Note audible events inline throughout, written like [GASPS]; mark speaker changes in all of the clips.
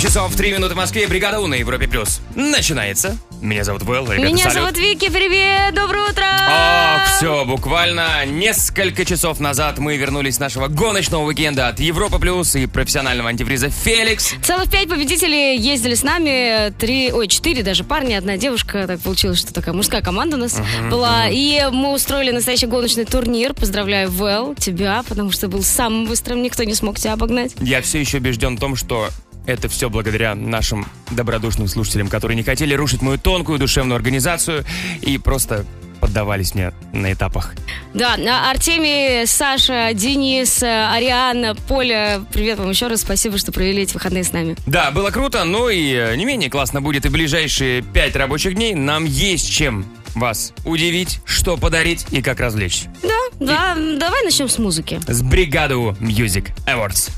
Speaker 1: часов 3 минуты в Москве. Бригада У на Европе Плюс. Начинается. Меня зовут Вэл, ребята,
Speaker 2: Меня
Speaker 1: салют. А.
Speaker 2: зовут Вики, привет, доброе утро!
Speaker 1: Ох, все, буквально несколько часов назад мы вернулись с нашего гоночного уикенда от Европа Плюс и профессионального антифриза Феликс.
Speaker 2: Целых пять победителей ездили с нами, три, ой, четыре даже парня, одна девушка, так получилось, что такая мужская команда у нас была. И мы устроили настоящий гоночный турнир. Поздравляю, Вэл, тебя, потому что был самым быстрым, никто не смог тебя обогнать.
Speaker 1: Я все еще убежден в том, что это все благодаря нашим добродушным слушателям, которые не хотели рушить мою тонкую душевную организацию и просто поддавались мне на этапах.
Speaker 2: Да, а Артемий, Саша, Денис, э, Ариана, Поля, привет вам еще раз, спасибо, что провели эти выходные с нами.
Speaker 1: Да, было круто, но и э, не менее классно будет и ближайшие пять рабочих дней. Нам есть чем вас удивить, что подарить и как развлечь.
Speaker 2: Да, да, м, давай начнем с музыки.
Speaker 1: С бригаду Music Awards.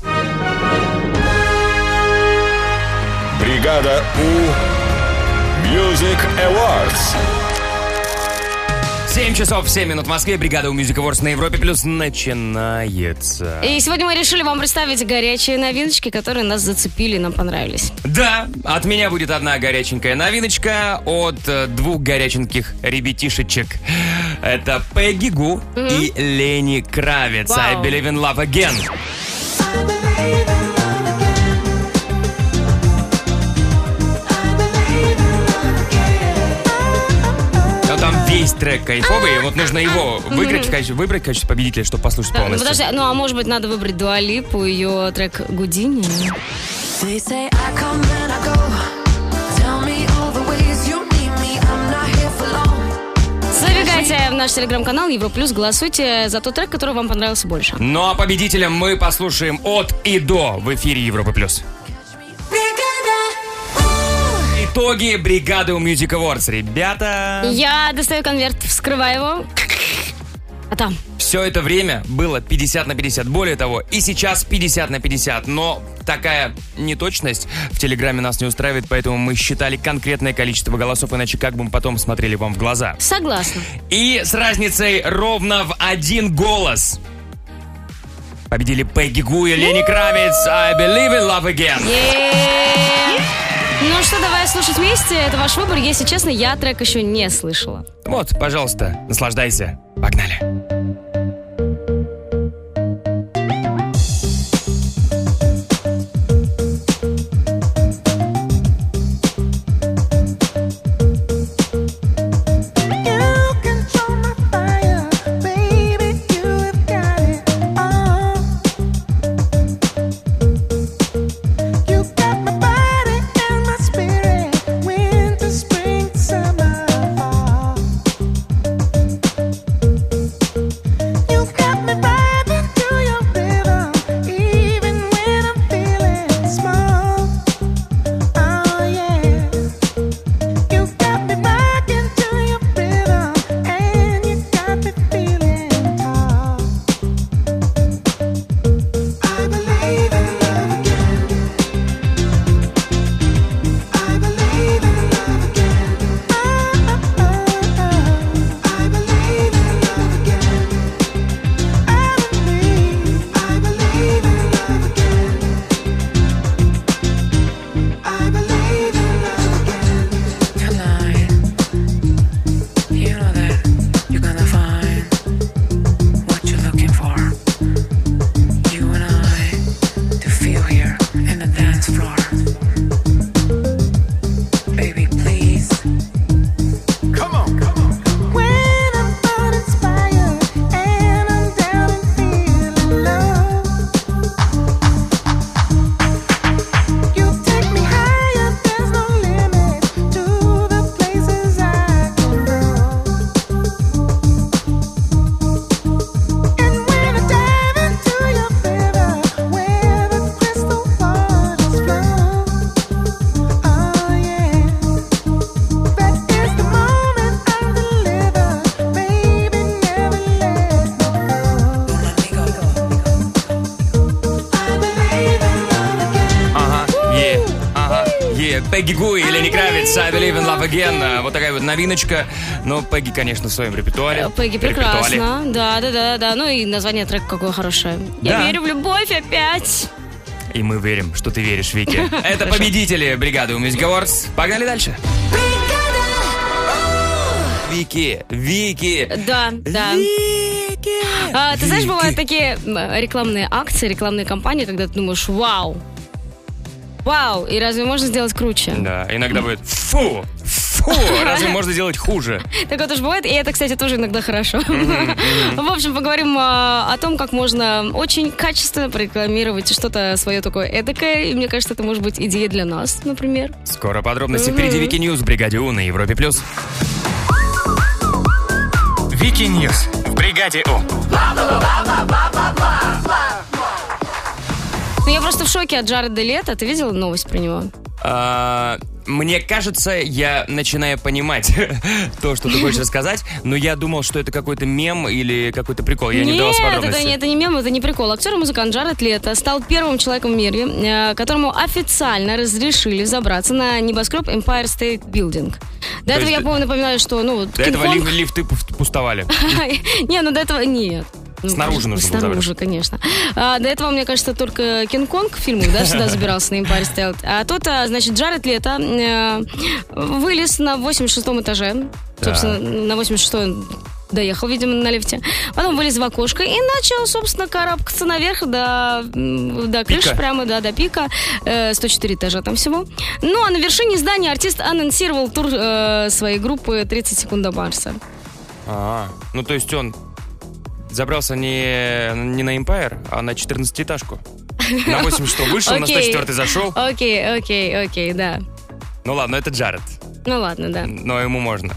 Speaker 3: Бригада У. Music Awards.
Speaker 1: 7 часов 7 минут в Москве. Бригада у Music Awards на Европе Плюс начинается.
Speaker 2: И сегодня мы решили вам представить горячие новиночки, которые нас зацепили, нам понравились.
Speaker 1: Да, от меня будет одна горяченькая новиночка от э, двух горяченьких ребятишечек. Это Пегги Гу и Лени Кравец. I
Speaker 2: Вау.
Speaker 1: Believe in Love Again. Ну, Там весь трек кайфовый, вот нужно его выиграть, в качестве- выбрать в качестве победителя, чтобы послушать
Speaker 2: Да, ну,
Speaker 1: полностью.
Speaker 2: подожди, ну а может быть надо выбрать Дуалипу, ее трек Гудини.
Speaker 4: They say I come and I go. Tell me all the ways you need me. I'm not here for long.
Speaker 2: Забегайте в наш телеграм-канал Европлюс, голосуйте за тот трек, который вам понравился больше.
Speaker 1: Ну а победителя мы послушаем от и до в эфире Европы плюс. Итоги бригады у Music Awards. Ребята,
Speaker 2: Я достаю конверт, вскрываю его. А там.
Speaker 1: все это время было 50 на 50. Более того, и сейчас 50 на 50. Но такая неточность в Телеграме нас не устраивает, поэтому мы считали конкретное количество голосов, иначе как бы мы потом смотрели вам в глаза.
Speaker 2: Согласна.
Speaker 1: И с разницей ровно в один голос. Победили Пегги Гу и Лени Кравец. I believe in love again.
Speaker 2: Е-е-е. Ну что, давай слушать вместе. Это ваш выбор. Если честно, я трек еще не слышала.
Speaker 1: Вот, пожалуйста, наслаждайся. Погнали.
Speaker 5: Oh yeah. You got me rocking to your rhythm, and you got me feeling tall. I believe in love again. I believe in love again. I believe in love again. I believe, I believe in love again. I believe in love again.
Speaker 4: Tonight, you know that you're gonna find what you're looking for. You and I to feel here in the dance floor. Baby, please.
Speaker 3: Come on, come on.
Speaker 5: When I'm uninspired and I'm down and feeling low, you take me higher. There's no limit to the places I can go. And when I dive into your river, where the crystal waters flow, oh yeah. That is the moment I deliver, baby. Never let me go.
Speaker 4: Don't let me go.
Speaker 5: I believe in love again.
Speaker 1: Ага, е, ага, е. Пегги Гу и Лени Кравец, I Believe in Love Again. А, Вот такая вот новиночка. Но Пегги, конечно, в своем репертуаре.
Speaker 2: Э, Пегги,
Speaker 1: Репертуаре.
Speaker 2: прекрасно. Да, да, да, да. Ну и название трека какое хорошее. Я
Speaker 1: Да.
Speaker 2: верю в любовь опять.
Speaker 1: И мы верим, что ты веришь, Вики.
Speaker 2: [LAUGHS]
Speaker 1: Это победители бригады Music Awards. Погнали дальше. Вики, Вики.
Speaker 2: Да, да.
Speaker 1: Вики.
Speaker 2: А, ты знаешь,
Speaker 1: Вики.
Speaker 2: бывают такие м, рекламные акции, рекламные кампании, когда ты думаешь, вау, вау, и разве можно сделать круче?
Speaker 1: Да, иногда будет фу, фу. Разве можно делать хуже?
Speaker 2: Так вот уж бывает, и это, кстати, тоже иногда хорошо. В общем, поговорим а, о том, как можно очень качественно прорекламировать что-то свое такое эдакое, и мне кажется, это может быть идея для нас, например.
Speaker 1: Скоро подробности впереди Вики Ньюс, бригаде У на Европе плюс.
Speaker 6: Вики Ньюс в бригаде У.
Speaker 2: Ну, я просто в шоке от Джареда Лето. Ты видела новость про него?
Speaker 1: А, Мне кажется, я начинаю понимать [LAUGHS] то, что ты хочешь рассказать, но я думал, что это какой-то мем или какой-то прикол. Я не
Speaker 2: Нет,
Speaker 1: вдавался в
Speaker 2: это,
Speaker 1: подробности.
Speaker 2: не- это не мем, это не прикол. Актер и музыкант Джаред Лето стал первым человеком в мире, э, которому официально разрешили забраться на небоскреб Empire State Building. До этого
Speaker 1: есть
Speaker 2: я,
Speaker 1: ты-
Speaker 2: помню, напоминаю, что, ну, вот
Speaker 1: До этого лиф-
Speaker 2: Кинг-Конг-
Speaker 1: лифты пу-
Speaker 2: [LAUGHS]
Speaker 1: пустовали.
Speaker 2: Не, ну до этого нет. Ну,
Speaker 1: Снаружи нужно было
Speaker 2: Снаружи,
Speaker 1: забрать.
Speaker 2: конечно. А, до этого, мне кажется, только Кинг-Конг в фильмах, да,
Speaker 1: [LAUGHS]
Speaker 2: сюда забирался на Empire State. А тут, а, значит, Джаред Лето э, вылез на 86-м этаже. Собственно, на 86-й он доехал, видимо, на лифте. Потом вылез в окошко и начал, собственно, карабкаться наверх до, м, до крыши,
Speaker 1: Пика.
Speaker 2: прямо да, до пика. Э, 104 этажа там всего. Ну, а на вершине здания артист анонсировал тур э, своей группы «30 секунд до Марса».
Speaker 1: А, ну то есть он забрался не, не на Empire, а на 14-этажку. На 8 что, вышел, на
Speaker 2: Окей.
Speaker 1: 104 зашел.
Speaker 2: Окей, окей, окей, да.
Speaker 1: Ну ладно, это Джаред,
Speaker 2: Ну ладно, да.
Speaker 1: но ему можно.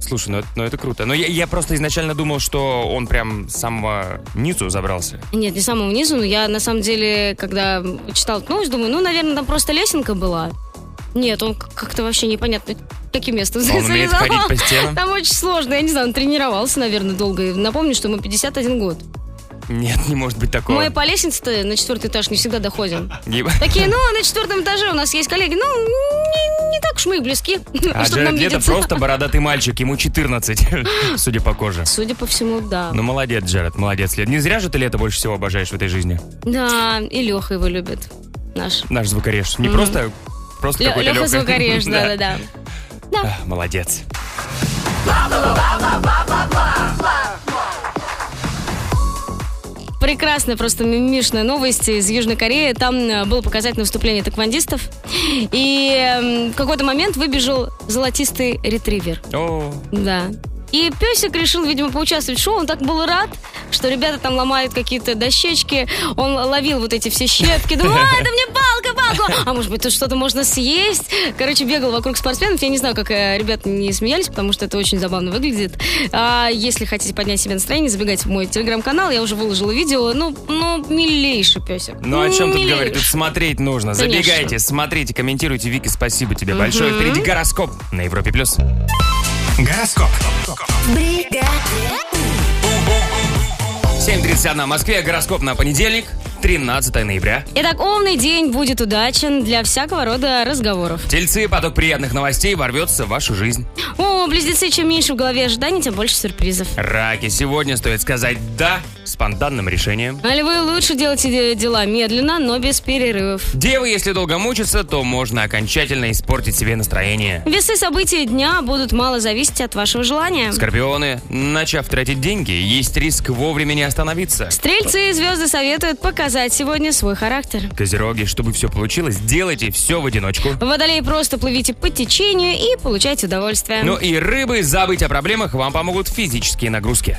Speaker 1: Слушай, ну это, ну это круто. Но я, я просто изначально думал, что он прям с самого низу забрался.
Speaker 2: Нет, не с самого низу, но я на самом деле, когда читал эту новость, думаю, ну, наверное, там просто лесенка была. Нет, он к- как-то вообще непонятно, каким местом
Speaker 1: Он умеет
Speaker 2: залезал.
Speaker 1: ходить по стенам.
Speaker 2: Там очень сложно, я не знаю, он тренировался, наверное, долго. И Напомню, что ему 51 год.
Speaker 1: Нет, не может быть такого.
Speaker 2: Мы по лестнице-то на четвертый этаж не всегда доходим.
Speaker 1: Не-
Speaker 2: Такие, ну, на четвертом этаже у нас есть коллеги, ну, не, не так уж мы и близки, [LAUGHS]
Speaker 1: А
Speaker 2: чтобы
Speaker 1: Джаред
Speaker 2: нам
Speaker 1: Лето
Speaker 2: видеться.
Speaker 1: просто бородатый мальчик, ему 14, [LAUGHS] судя по коже.
Speaker 2: Судя по всему, да.
Speaker 1: Ну молодец, Джаред, молодец. Лет. Не зря же ты Лето больше всего обожаешь в этой жизни.
Speaker 2: Да, и Леха его любит, наш.
Speaker 1: Наш звукореж. Не просто, просто
Speaker 2: Ле-
Speaker 1: какой-то
Speaker 2: Леха
Speaker 1: Лёха. [LAUGHS]
Speaker 2: Звукореж, да-да-да.
Speaker 1: Да, Молодец.
Speaker 2: Прекрасная просто мимишная новость из Южной Кореи. Там э, было показательное выступление таэквондистов. И эм, в какой-то момент выбежал золотистый ретривер.
Speaker 1: О,
Speaker 2: Да. И песик решил, видимо, поучаствовать в шоу. Он так был рад, что ребята там ломают какие-то дощечки. Он ловил вот эти все щепки. Думал, а, это мне палка, палка. А может быть, тут что-то можно съесть. Короче, бегал вокруг спортсменов. Я не знаю, как э, ребята не смеялись, потому что это очень забавно выглядит. А если хотите поднять себе настроение, забегайте в мой телеграм-канал. Я уже выложила видео. Ну, ну милейший песик.
Speaker 1: ну о чем тут
Speaker 2: Милейший.
Speaker 1: говорить? Тут смотреть нужно.
Speaker 2: Конечно.
Speaker 1: Забегайте, смотрите, комментируйте. Вики, спасибо тебе большое. Впереди гороскоп на Европе+. плюс.
Speaker 6: Гороскоп.
Speaker 1: 7.31 в Москве. Гороскоп на понедельник, 13 ноября.
Speaker 2: Итак, умный день будет удачен для всякого рода разговоров.
Speaker 1: Тельцы, поток приятных новостей ворвется в вашу жизнь.
Speaker 2: О, близнецы, чем меньше в голове ожиданий, тем больше сюрпризов.
Speaker 1: Раки, сегодня стоит сказать «да» спонтанным решением.
Speaker 2: А львы лучше делать де- дела медленно, но без перерывов.
Speaker 1: Девы, если долго мучиться, то можно окончательно испортить себе настроение.
Speaker 2: Весы события дня будут мало зависеть от вашего желания.
Speaker 1: Скорпионы, начав тратить деньги, есть риск вовремя не остановиться.
Speaker 2: Стрельцы и звезды советуют показать сегодня свой характер.
Speaker 1: Козероги, чтобы все получилось, делайте все в одиночку.
Speaker 2: Водолей просто плывите по течению и получайте удовольствие.
Speaker 1: Ну и рыбы, забыть о проблемах вам помогут физические нагрузки.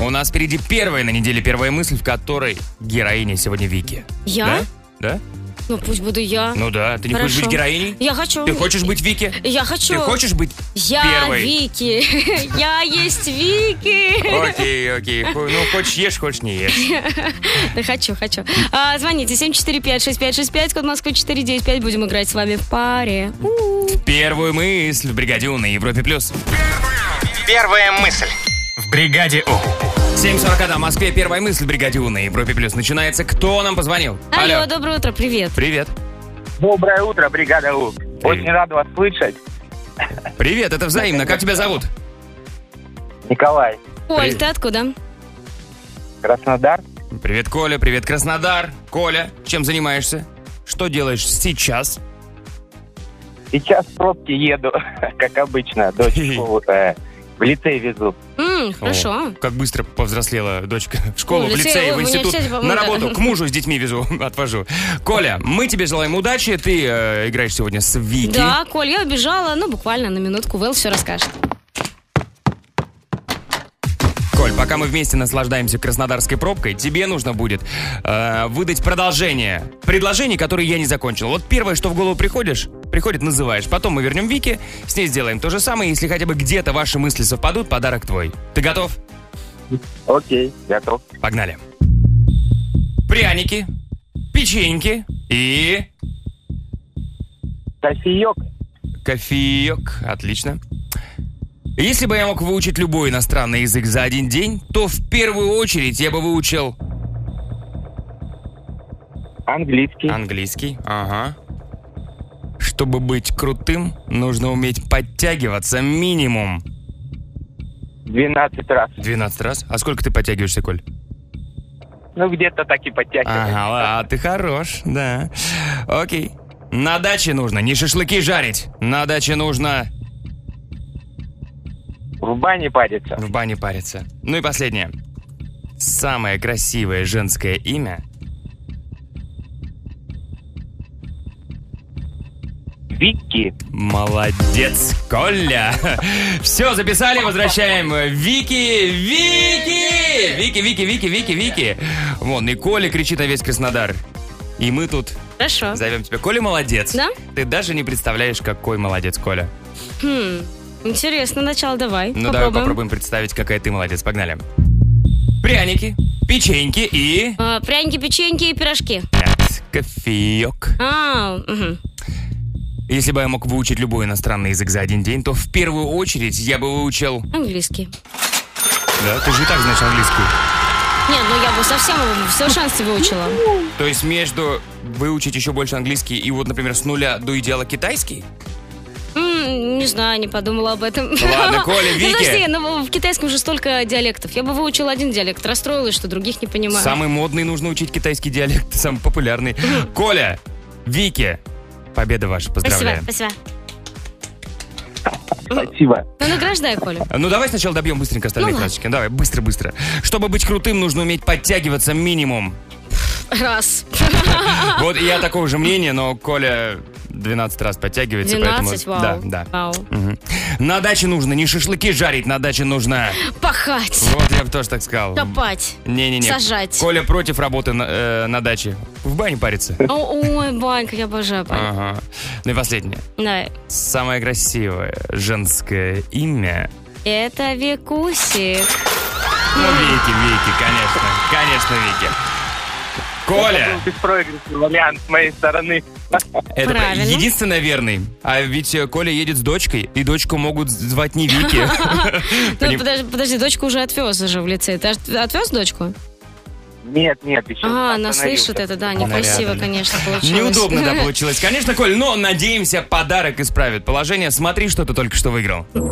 Speaker 1: У нас впереди первая на неделе первая мысль, в которой героиня сегодня Вики.
Speaker 2: Я?
Speaker 1: Да? Да?
Speaker 2: Ну пусть буду я.
Speaker 1: Ну да, ты не хочешь
Speaker 2: Хорошо.
Speaker 1: быть героиней?
Speaker 2: Я хочу.
Speaker 1: Ты хочешь быть Вики?
Speaker 2: Я хочу.
Speaker 1: Ты хочешь быть
Speaker 2: Я
Speaker 1: первой?
Speaker 2: Вики. [LAUGHS] Я есть Вики.
Speaker 1: Окей, окей. Хо- Ну, хочешь ешь, хочешь не ешь.
Speaker 2: Да хочу, хочу. А, Звоните 745-6565, код Москвы 495. Будем играть с вами в паре.
Speaker 1: Первую мысль в бригаде «У» на Европе+. плюс.
Speaker 6: Первая мысль в бригаде У.
Speaker 1: 7.41 в Москве. Первая мысль в бригаде «У» на Европе+. плюс. Начинается. Кто нам позвонил?
Speaker 2: Алло, доброе утро, привет.
Speaker 1: Привет.
Speaker 7: Доброе утро, бригада У. Очень рад вас слышать,
Speaker 1: Привет, это взаимно. Как тебя зовут?
Speaker 7: Николай.
Speaker 2: Оль,
Speaker 1: Привет.
Speaker 2: ты откуда?
Speaker 7: Краснодар.
Speaker 1: Привет, Коля, привет, Краснодар. Коля, чем занимаешься? Что делаешь сейчас?
Speaker 7: Сейчас в пробке еду, [LAUGHS] как обычно, дочь школу-то в лицей везу.
Speaker 2: М, хорошо.
Speaker 1: О, как быстро повзрослела дочка. В школу,
Speaker 2: Ну,
Speaker 1: в
Speaker 2: в лицей,
Speaker 1: лицей,
Speaker 2: ой,
Speaker 1: в
Speaker 2: в
Speaker 1: институт,
Speaker 2: университете, по-моему,
Speaker 1: на
Speaker 2: да.
Speaker 1: работу, к мужу с детьми везу, [LAUGHS] отвожу. Коля, мы тебе желаем удачи. Ты э, играешь сегодня с Вики.
Speaker 2: Да, Коль, я убежала, ну, буквально на минутку. Вэл все расскажет.
Speaker 1: Коль, пока мы вместе наслаждаемся краснодарской пробкой, тебе нужно будет э, выдать продолжение предложений, которые я не закончил. Вот первое, что в голову приходишь, приходит, называешь. Потом мы вернем Вики, с ней сделаем то же самое. Если хотя бы где-то ваши мысли совпадут, подарок твой. Ты готов?
Speaker 7: Окей, готов.
Speaker 1: Погнали. Пряники, печеньки и
Speaker 7: Кофеек.
Speaker 1: кофеек. Отлично. Если бы я мог выучить любой иностранный язык за один день, то в первую очередь я бы выучил
Speaker 7: Английский.
Speaker 1: Английский, ага. Чтобы быть крутым, нужно уметь подтягиваться минимум
Speaker 7: 12 раз.
Speaker 1: 12 раз. А сколько ты подтягиваешься, Коль?
Speaker 7: Ну, где-то так и подтягивает.
Speaker 1: Ага, а ты хорош, да. Окей. На даче нужно не шашлыки жарить. На даче нужно
Speaker 7: В бане парится.
Speaker 1: в бане париться. Ну и последнее. Самое красивое женское имя.
Speaker 7: Вики.
Speaker 1: Молодец, Коля. Все, записали, возвращаем э, Вики. Вики! Вики, Вики, Вики, Вики, Вики. Вон, и Коля кричит на весь Краснодар. И мы тут
Speaker 2: Хорошо.
Speaker 1: зовем тебя. Коля молодец.
Speaker 2: А? Да?
Speaker 1: Ты даже не представляешь, какой молодец, Коля.
Speaker 2: Хм, Интересно, начало давай.
Speaker 1: Ну давай
Speaker 2: попробуем.
Speaker 1: попробуем представить, какая ты молодец. Погнали. Пряники, печеньки и...
Speaker 2: А, пряники, печеньки и пирожки.
Speaker 1: Нет, кофеек.
Speaker 2: А, мгм.
Speaker 1: Если бы я мог выучить любой иностранный язык за один день, то в первую очередь я бы выучил...
Speaker 2: английский.
Speaker 1: Да, ты же и так знаешь английский.
Speaker 2: Нет, ну я бы совсем его в совершенстве выучила.
Speaker 1: То есть между выучить еще больше английский и вот, например, с нуля до идеала китайский?
Speaker 2: М, Не знаю, не подумала об этом. [LAUGHS]
Speaker 1: Ладно, Коля, Вики.
Speaker 2: Ну, подожди, ну в китайском же столько диалектов. Я бы выучила один диалект, расстроилась, что других не понимаю.
Speaker 1: Самый модный нужно учить китайский диалект, [LAUGHS] самый популярный. Коля, Вики, победа ваша,
Speaker 2: Спасибо,
Speaker 1: поздравляем.
Speaker 2: спасибо.
Speaker 7: Спасибо.
Speaker 2: Ну, награждай,
Speaker 1: [LAUGHS]
Speaker 2: Коля.
Speaker 1: Ну давай сначала добьем быстренько остальные
Speaker 2: Ну ладно.
Speaker 1: классики. Давай, быстро-быстро. Чтобы быть крутым, нужно уметь подтягиваться минимум.
Speaker 2: Раз. А.
Speaker 1: Вот я такого же мнения, но Коля 12 раз подтягивается. Типа поэтому-
Speaker 2: 12, вау.
Speaker 1: Да, да.
Speaker 2: Вау.
Speaker 1: Мгм. На даче нужно не шашлыки жарить, на даче нужно...
Speaker 2: Пахать.
Speaker 1: Вот я бы тоже так сказал.
Speaker 2: Копать.
Speaker 1: Не-не-не.
Speaker 2: Сажать.
Speaker 1: Коля против работы на, э, на даче. В бане парится.
Speaker 2: О, Ну, Ой, банька, я обожаю баньку.
Speaker 1: Ага. Ну и последнее.
Speaker 2: Давай.
Speaker 1: Самое красивое женское имя.
Speaker 2: Это Викусик.
Speaker 1: Ну, Вики, Вики, конечно. Конечно, Вики.
Speaker 7: Это
Speaker 1: Коля!
Speaker 7: был беспроигрышный вариант с моей стороны.
Speaker 1: Это про-
Speaker 2: Правильно.
Speaker 1: единственно верный. А ведь э, Коля едет с дочкой, и дочку могут звать
Speaker 2: [LAUGHS]
Speaker 1: не Вики.
Speaker 2: Ну,
Speaker 1: Поним-
Speaker 2: подожди, подожди, дочку уже отвез уже в лице. Ты от- отвез дочку?
Speaker 7: Нет, нет, еще.
Speaker 2: А, она
Speaker 7: остановился.
Speaker 2: слышит это, да, некрасиво,
Speaker 1: Нарядно. [LAUGHS]
Speaker 2: конечно, получилось.
Speaker 1: Неудобно, да, получилось. Конечно, Коль, но надеемся, подарок исправит положение. Смотри, что ты только что выиграл.
Speaker 8: Как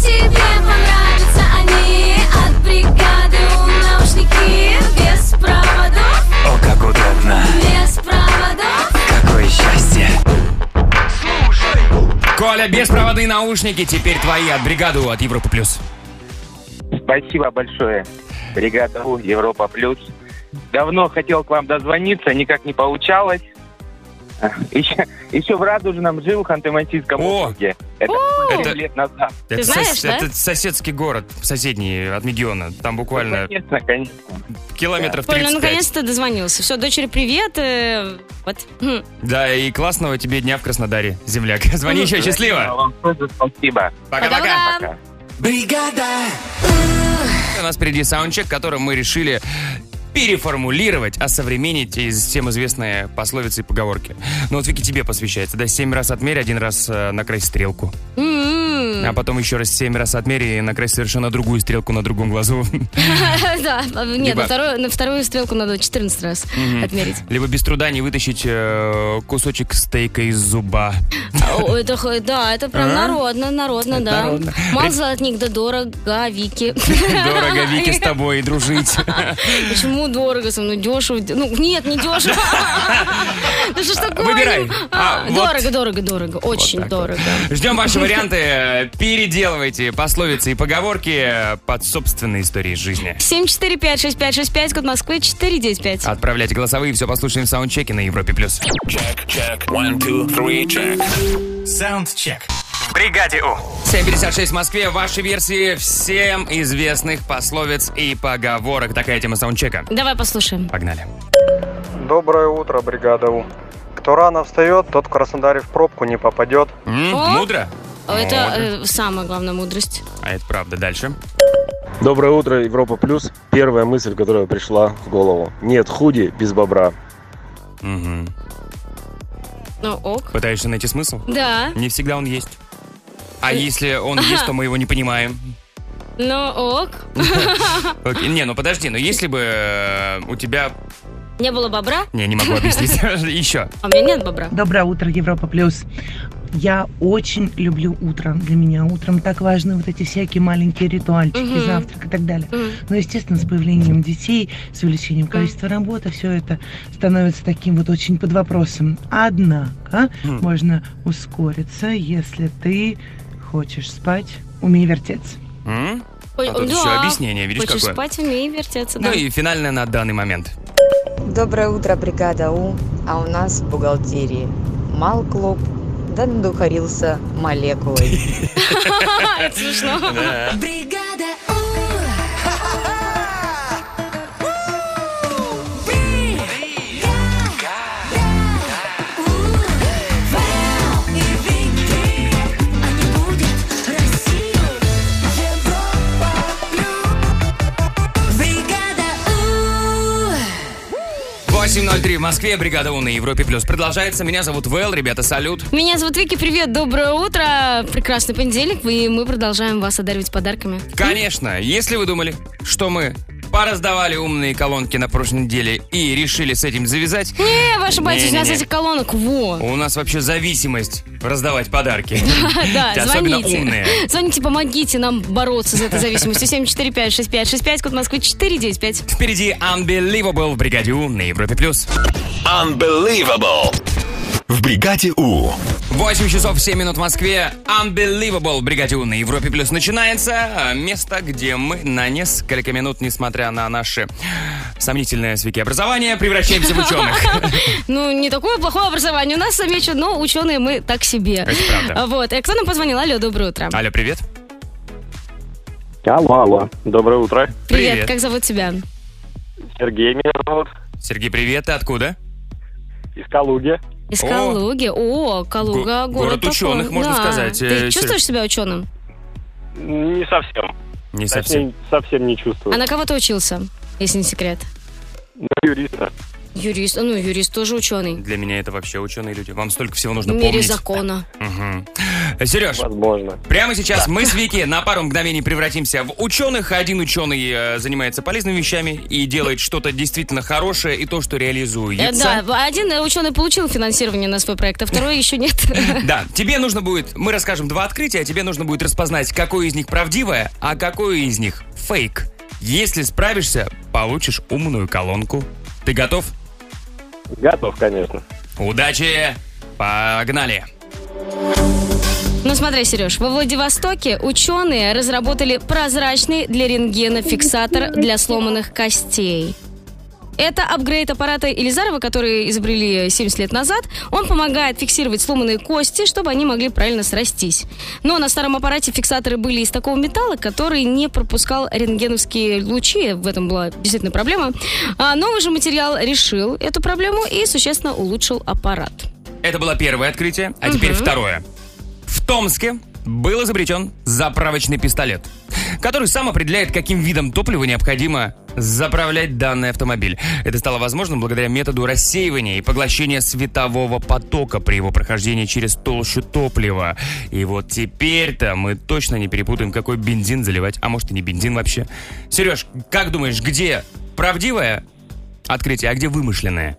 Speaker 8: тебе понравятся они от бригады у наушники без проводов? О, как удобно! Без проводов!
Speaker 1: Коля, беспроводные наушники теперь твои от бригады от Европы плюс.
Speaker 7: Спасибо большое. Бригада У, Европа Плюс. Давно хотел к вам дозвониться, никак не получалось. Еще, еще в Радужном жил в Ханты-Мансийском
Speaker 1: О!
Speaker 7: округе. Это
Speaker 1: О!
Speaker 7: 7 лет назад.
Speaker 1: это
Speaker 2: знаешь, да?
Speaker 1: Это соседский город, соседний от Мегиона. Там буквально
Speaker 7: Конечно, конечно.
Speaker 2: [LAUGHS]
Speaker 1: километров
Speaker 2: Коля, ну
Speaker 1: 35.
Speaker 2: наконец-то дозвонился. Все, дочери, привет. э, Вот. Хм.
Speaker 1: Да, и классного тебе дня в Краснодаре, земляк. [LAUGHS] Звони еще, счастливо.
Speaker 7: Вам тоже спасибо.
Speaker 1: Пока-пока.
Speaker 2: Пока-пока.
Speaker 1: У нас впереди саундчек, который мы решили переформулировать, осовременить из всем известные пословицы и поговорки. Ну вот, Вики, тебе посвящается, да? Семь раз отмерь, один раз э, накрась стрелку.
Speaker 2: М-м,
Speaker 1: А потом еще раз семь раз отмери и накрась совершенно другую стрелку на другом глазу. [LAUGHS]
Speaker 2: [LAUGHS] Да, нет,
Speaker 1: Либо-
Speaker 2: на вторую, на вторую стрелку надо 14 раз отмерить.
Speaker 1: Либо без труда не вытащить э, кусочек стейка из зуба.
Speaker 2: А, о, это х- да, это прям
Speaker 1: А?
Speaker 2: народно, народно, да.
Speaker 1: народно.
Speaker 2: Мал золотник, да дорого, Вики.
Speaker 1: [LAUGHS] Дорого, Вики, с тобой дружить.
Speaker 2: Почему дорого со мной? Дешево. де- Ну, нет, не дешево.
Speaker 1: [LAUGHS]
Speaker 2: Ну, что ж такое?
Speaker 1: Выбирай. А,
Speaker 2: А,
Speaker 1: вот.
Speaker 2: Дорого, дорого, дорого. Очень
Speaker 1: так вот.
Speaker 2: дорого.
Speaker 1: [LAUGHS] Ждем ваши варианты. Переделывайте пословицы и поговорки под собственные истории из жизни.
Speaker 2: 7456565, код Москвы 495.
Speaker 1: Отправляйте голосовые, все послушаем в саундчеке на Европе+. плюс.
Speaker 6: Саундчек. В бригаде У.
Speaker 1: 7.56 в Москве. Ваши версии всем известных пословиц и поговорок. Такая тема саундчека.
Speaker 2: Давай послушаем.
Speaker 1: Погнали.
Speaker 9: Доброе утро, бригада У. Кто рано встает, тот в Краснодаре в пробку не попадет.
Speaker 1: М,
Speaker 2: О.
Speaker 1: Мудро?
Speaker 2: А Это
Speaker 1: Мудро.
Speaker 2: э, самая главная мудрость.
Speaker 1: А это правда. Дальше.
Speaker 10: Доброе утро, Европа Плюс. Первая мысль, которая пришла в голову. Нет худи без бобра.
Speaker 1: Мгм.
Speaker 2: Ну, ок.
Speaker 1: Пытаешься найти смысл?
Speaker 2: Да,
Speaker 1: Не всегда он есть. А
Speaker 2: Э.
Speaker 1: если он есть, то мы его не понимаем.
Speaker 2: ну ок.
Speaker 1: Окей. Не, ну подожди, но если бы э, у тебя...
Speaker 2: Не было бобра,
Speaker 1: Не, не могу объяснить. [LAUGHS] Еще.
Speaker 2: а у меня нет бобра.
Speaker 11: Доброе утро, Европа Плюс. Я очень люблю утро. Для меня утром так важны вот эти всякие маленькие ритуальчики,
Speaker 2: Мгм.
Speaker 11: завтрак и так далее.
Speaker 2: Мгм.
Speaker 11: Но, Ну, естественно, с появлением детей, с увеличением количества работы, все это становится таким вот очень под вопросом. Однако
Speaker 1: Мгм.
Speaker 11: можно ускориться, если ты хочешь спать, умей вертеться.
Speaker 1: М?
Speaker 2: Ой,
Speaker 1: А тут
Speaker 2: да.
Speaker 1: еще объяснение, видишь,
Speaker 2: Хочешь
Speaker 1: какое?
Speaker 2: спать, умей вертеться, да.
Speaker 1: Ну и финальное на данный момент.
Speaker 12: Доброе утро, бригада У, а у нас в бухгалтерии. Мал клуб, да надухарился молекулой.
Speaker 2: Это смешно.
Speaker 8: Бригада У. Бригада У. Вэл и Вики. Они будут Россию, Европа плюс. Бригада У.
Speaker 1: 8.03 в Москве, бригада У на Европе Плюс. Продолжается. Меня зовут Вэл, ребята, салют.
Speaker 2: Меня зовут Вики, привет, доброе утро, прекрасный понедельник, и мы продолжаем вас одаривать подарками.
Speaker 1: Конечно, если вы думали, что мы пораздавали умные колонки на прошлой неделе и решили с этим завязать,
Speaker 2: Не, ваша батя, у нас
Speaker 1: Не-не-не.
Speaker 2: этих колонок, во.
Speaker 1: у нас вообще зависимость раздавать подарки.
Speaker 2: [LAUGHS] Да,
Speaker 1: Те особенно умные.
Speaker 2: звоните. Звоните, помогите нам бороться за этой зависимостью. 745-6565, код Москвы 495.
Speaker 1: Впереди Unbelievable в бригаде У на Европе Плюс.
Speaker 3: Unbelievable. В бригаде У.
Speaker 1: 8 часов 7 минут в Москве. Unbelievable в бригаде У на Европе Плюс начинается. А, Место, где мы на несколько минут, несмотря на наши сомнительное с Вики образование, превращаемся в ученых.
Speaker 2: [LAUGHS] Ну, не такое плохое образование у нас, замечу, но ученые мы так себе.
Speaker 1: Это правда. А,
Speaker 2: Вот, э, кто нам позвонил? Алло, доброе утро.
Speaker 1: Алло, привет.
Speaker 10: Алло, алло. Доброе утро.
Speaker 1: привет.
Speaker 2: как зовут тебя?
Speaker 10: Сергей меня зовут.
Speaker 1: Сергей, привет. Ты откуда?
Speaker 10: Из Калуги.
Speaker 2: Из
Speaker 1: О.
Speaker 2: Калуги. О, Калуга,
Speaker 1: Го- город
Speaker 2: город такой.
Speaker 1: ученых, можно
Speaker 2: Да.
Speaker 1: сказать. Э,
Speaker 2: Ты чувствуешь себя ученым?
Speaker 10: Не совсем.
Speaker 1: Не совсем.
Speaker 10: совсем не чувствую.
Speaker 2: А на кого ты учился, если не секрет?
Speaker 10: юриста.
Speaker 2: Юрист, ну, юрист тоже ученый.
Speaker 1: Для меня это вообще ученые люди. Вам столько всего
Speaker 2: В
Speaker 1: нужно
Speaker 2: мире
Speaker 1: Ну, помнить.
Speaker 2: закона.
Speaker 1: Сереж,
Speaker 10: Возможно.
Speaker 1: прямо сейчас мы с Вики на пару мгновений превратимся в ученых. Один ученый э, занимается полезными вещами и делает что-то действительно хорошее и то, что
Speaker 2: Э, Да,
Speaker 1: реализуется.
Speaker 2: один э, ученый получил финансирование на свой проект, а второй еще нет.
Speaker 1: Да, тебе нужно будет, мы расскажем два открытия, а тебе нужно будет распознать, какое из них правдивое, а какое из них фейк. Если справишься, получишь умную колонку. Ты готов?
Speaker 10: Готов, конечно.
Speaker 1: Удачи! Погнали!
Speaker 2: Ну смотри, Сереж, во Владивостоке ученые разработали прозрачный для рентгена фиксатор для сломанных костей. Это апгрейд аппарата Елизарова, который изобрели 70 лет назад. Он помогает фиксировать сломанные кости, чтобы они могли правильно срастись. Но на старом аппарате фиксаторы были из такого металла, который не пропускал рентгеновские лучи. В этом была действительно проблема. А новый же материал решил эту проблему и существенно улучшил аппарат.
Speaker 1: Это было первое открытие, а теперь второе. В Томске был изобретен заправочный пистолет, который сам определяет, каким видом топлива необходимо заправлять данный автомобиль. Это стало возможным благодаря методу рассеивания и поглощения светового потока при его прохождении через толщу топлива. И вот теперь-то мы точно не перепутаем, какой бензин заливать, а может и не бензин вообще. Сереж, как думаешь, где правдивое открытие, а где вымышленное?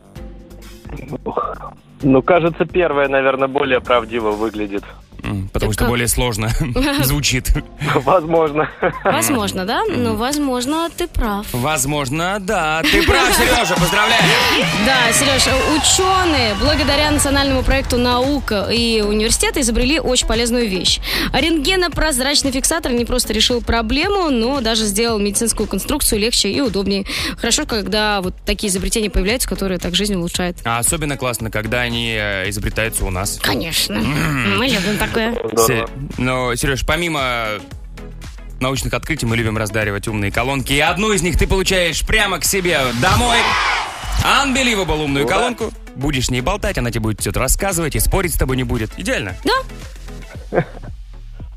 Speaker 13: Ну, кажется, первое, наверное, более правдиво выглядит.
Speaker 1: М, Потому что более сложно звучит.
Speaker 13: Возможно.
Speaker 2: Возможно, да? Ну, возможно, ты прав.
Speaker 1: Возможно, да. Ты прав, Сережа, поздравляю.
Speaker 2: Да, Сереж, ученые благодаря национальному проекту «Наука» и университета изобрели очень полезную вещь. Рентгенопрозрачный фиксатор не просто решил проблему, но даже сделал медицинскую конструкцию легче и удобнее. Хорошо, когда вот такие изобретения появляются, которые так жизнь улучшают.
Speaker 1: А особенно классно, когда они э, изобретаются у нас.
Speaker 2: Конечно.
Speaker 1: М.
Speaker 2: Мы любим такое.
Speaker 1: [LAUGHS] Се- Но, Сереж, помимо научных открытий мы любим раздаривать умные колонки. И одну из них ты получаешь прямо к себе домой. Unbelievable умную
Speaker 13: Ура.
Speaker 1: колонку. Будешь не болтать, она тебе будет все это рассказывать и спорить с тобой не будет. Идеально.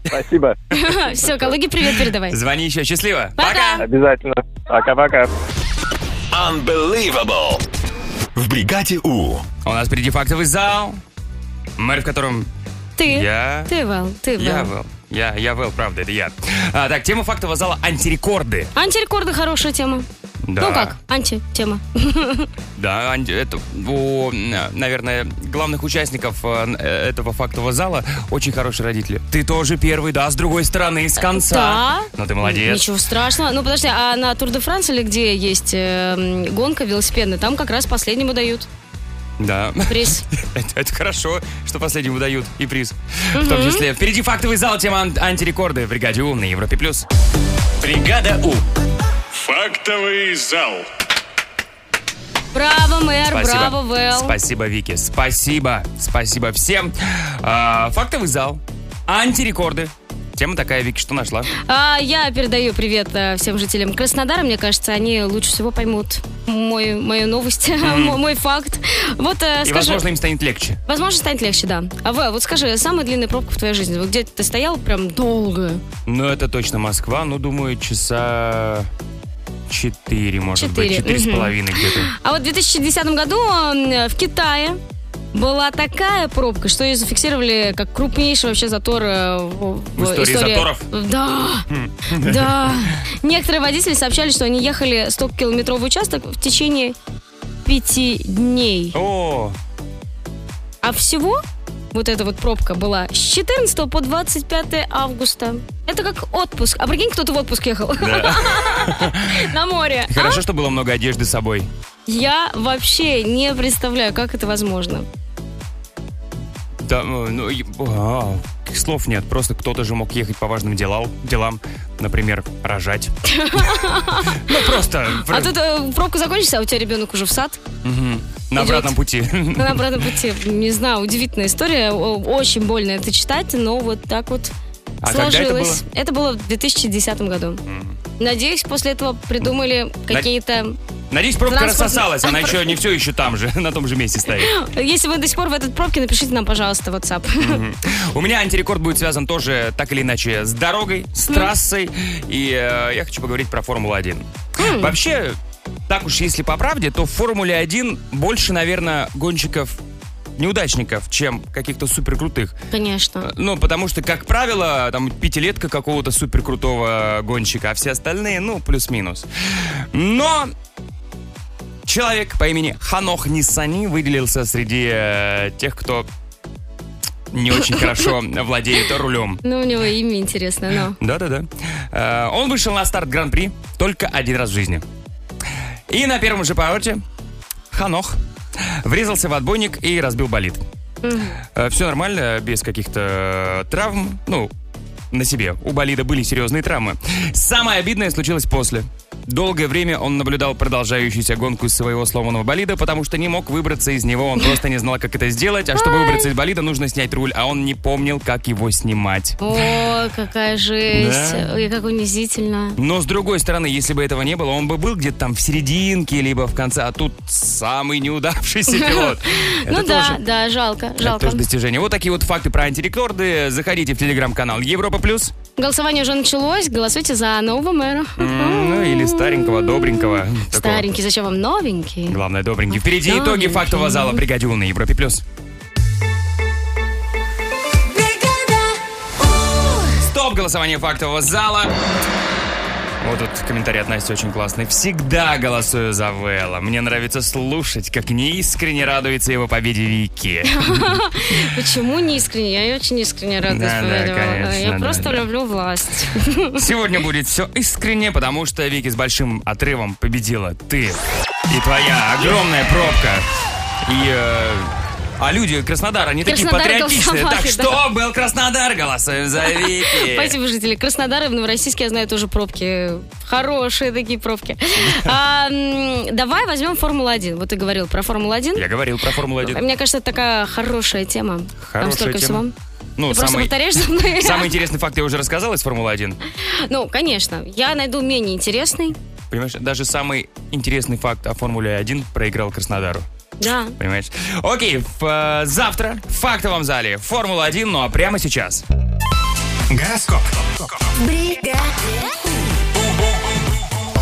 Speaker 13: Спасибо. [LAUGHS]
Speaker 2: Все, коллеги, привет передавай.
Speaker 1: Звони еще. Счастливо.
Speaker 2: Пока.
Speaker 13: Обязательно. Пока-пока.
Speaker 3: Unbelievable. В бригаде У.
Speaker 1: У нас впереди фактовый зал. Мэр, в котором
Speaker 2: Ты.
Speaker 1: Я.
Speaker 2: Ты, Вэл. Ты, Вэл.
Speaker 1: я был. Я, я был, правда, это я. А, так, тема фактового зала антирекорды.
Speaker 2: Антирекорды хорошая тема.
Speaker 1: Да.
Speaker 2: Ну как, анти-тема.
Speaker 1: Да, анти- это у, м, наверное, главных участников э, н- э, этого фактового зала очень хорошие родители. Ты тоже первый, да, с другой стороны, с конца.
Speaker 2: Да.
Speaker 1: Ну ты молодец.
Speaker 2: Ничего страшного. Ну подожди, а на Тур де Франс или где есть э, м, гонка велосипедная, там как раз последнему дают
Speaker 1: Да.
Speaker 2: приз.
Speaker 1: [LAUGHS] Это, это хорошо, что последнему дают и приз. В том числе. Впереди фактовый зал, тема ан- антирекорды. в Бригаде У на Европе+. плюс. Бригада У.
Speaker 14: Фактовый зал.
Speaker 2: Браво, мэр,
Speaker 1: Спасибо.
Speaker 2: браво, Вэл.
Speaker 1: Спасибо, Вики. Спасибо. Спасибо всем. А, фактовый зал. Антирекорды. Тема такая, Вики, что нашла?
Speaker 2: А, я передаю привет э, всем жителям Краснодара. Мне кажется, они лучше всего поймут мой, мою новость, [LAUGHS]
Speaker 1: Мгм.
Speaker 2: мо- мой факт. Вот э,
Speaker 1: И,
Speaker 2: скажи...
Speaker 1: возможно, им станет легче.
Speaker 2: возможно, станет легче, да. А Вэл, вот скажи, самая длинная пробка в твоей жизни? Вот где ты стоял прям долго?
Speaker 1: Ну, это точно Москва. Ну, думаю, часа четыре, может быть.
Speaker 2: Четыре,
Speaker 1: Четыре с
Speaker 2: мгм.
Speaker 1: половиной
Speaker 2: [GASPS]
Speaker 1: где-то.
Speaker 2: А вот в 2010 году э, в Китае была такая пробка, что ее зафиксировали как крупнейший вообще затор э, в,
Speaker 1: В истории заторов? Хм.
Speaker 2: Да,
Speaker 1: [LAUGHS]
Speaker 2: да. Некоторые водители сообщали, что они ехали 100-километровый участок в течение пяти дней.
Speaker 1: О,
Speaker 2: А всего вот эта вот пробка была с 14 по 25 августа. Это как отпуск. А прикинь, кто-то в отпуск ехал
Speaker 1: да.
Speaker 2: [LAUGHS] на море. А?
Speaker 1: Хорошо, что было много одежды с собой.
Speaker 2: Я вообще не представляю, как это возможно.
Speaker 1: Да, ну, ну, и- а, слов нет. Просто кто-то же мог ехать по важным делам, делам например,
Speaker 2: [LAUGHS]
Speaker 1: рожать. Ну, просто...
Speaker 2: А тут э, пробка закончится, а у тебя ребенок уже в сад.
Speaker 1: Мгм. На
Speaker 2: идет.
Speaker 1: обратном пути.
Speaker 2: На обратном пути. э, Не знаю, удивительная история. о- Очень больно это читать, но вот так вот
Speaker 1: А когда это
Speaker 2: сложилось. это, было? в 2010 году. Надеюсь, после этого придумали какие-то...
Speaker 1: Надеюсь, пробка
Speaker 2: Транспортный-
Speaker 1: рассосалась. Она еще не все еще там же, [LAUGHS] на том же месте стоит.
Speaker 2: ну, Если вы до сих пор в этот пробке, напишите нам, пожалуйста, в WhatsApp.
Speaker 1: Мгм. У меня антирекорд будет связан тоже так или иначе с дорогой, с трассой. И э, я хочу поговорить про Формулу-1. Вообще, так уж если по правде, то в Формуле-1 больше, наверное, гонщиков неудачников, чем каких-то суперкрутых.
Speaker 2: Конечно.
Speaker 1: Ну, потому что, как правило, там пятилетка какого-то суперкрутого гонщика, а все остальные, ну, плюс-минус. Но человек по имени Ханох Ниссани выделился среди э, тех, кто не очень хорошо владеет рулем.
Speaker 2: Ну, у него имя интересное, но...
Speaker 1: Да-да-да. Э, Он вышел на старт Гран-при только один раз в жизни. И на первом же повороте Ханох врезался в отбойник и разбил болид. Все нормально, без каких-то э, травм. Ну, на себе. У болида были серьезные травмы. Самое обидное случилось после. Долгое время он наблюдал продолжающуюся гонку из своего сломанного болида, потому что не мог выбраться из него, он просто не знал, как это сделать. А чтобы выбраться из болида, нужно снять руль, а он не помнил, как его снимать.
Speaker 2: О, какая жесть.
Speaker 1: Да.
Speaker 2: Ой, как унизительно.
Speaker 1: Но с другой стороны, если бы этого не было, он бы был где-то там в серединке, либо в конце, а тут самый
Speaker 2: [LAUGHS]
Speaker 1: неудавшийся пилот. Это
Speaker 2: Ну да,
Speaker 1: тоже-
Speaker 2: да, жалко,
Speaker 1: это
Speaker 2: жалко.
Speaker 1: тоже достижение. Вот такие вот факты про антирекорды. Заходите в телеграм-канал Европа Плюс.
Speaker 2: Голосование уже началось. Голосуйте за нового мэра.
Speaker 1: М, Ну или старенького, добренького. Такого.
Speaker 2: Старенький, зачем вам новенький?
Speaker 1: Главное, добренький. Впереди итоги
Speaker 2: Добренький.
Speaker 1: фактового зала «Бригаде У» на Европе+. плюс. Стоп голосование фактового зала. Вот тут комментарий от Насти очень классный. Всегда голосую за Вэлла. Мне нравится слушать, как неискренне радуется его победе
Speaker 2: [LAUGHS]
Speaker 1: Вики.
Speaker 2: Почему не искренне? Я и очень искренне рада.
Speaker 1: Да, да,
Speaker 2: этому.
Speaker 1: конечно,
Speaker 2: Я
Speaker 1: да,
Speaker 2: просто
Speaker 1: да.
Speaker 2: люблю власть.
Speaker 1: Сегодня будет все искренне, потому что Вики с большим отрывом победила ты и твоя огромная пробка. И э, а люди Краснодара, они такие
Speaker 2: Краснодар
Speaker 1: патриотичные.
Speaker 2: голосовали,
Speaker 1: Так
Speaker 2: да.
Speaker 1: что был Краснодар, голосуем за Вики.
Speaker 2: Спасибо, жители Краснодара. В Новороссийске я знаю тоже пробки. Хорошие такие пробки. А, м, Давай возьмем Формулу-1. Вот ты говорил про Формулу-1.
Speaker 1: Я говорил про Формулу-1.
Speaker 2: Мне кажется, это такая хорошая тема. Там
Speaker 1: Хорошая
Speaker 2: столько
Speaker 1: тема.
Speaker 2: всего.
Speaker 1: Ну,
Speaker 2: Ты просто
Speaker 1: самый,
Speaker 2: повторяешь за мной?
Speaker 1: самый интересный факт я уже рассказал из Формулы-1.
Speaker 2: [LAUGHS] Ну, конечно. Я найду менее интересный.
Speaker 1: Понимаешь, даже самый интересный факт о Формуле-1 проиграл Краснодару.
Speaker 2: Да.
Speaker 1: Понимаешь? Окей, в, э, завтра в фактовом зале Формула-1, ну а прямо сейчас. Гороскоп.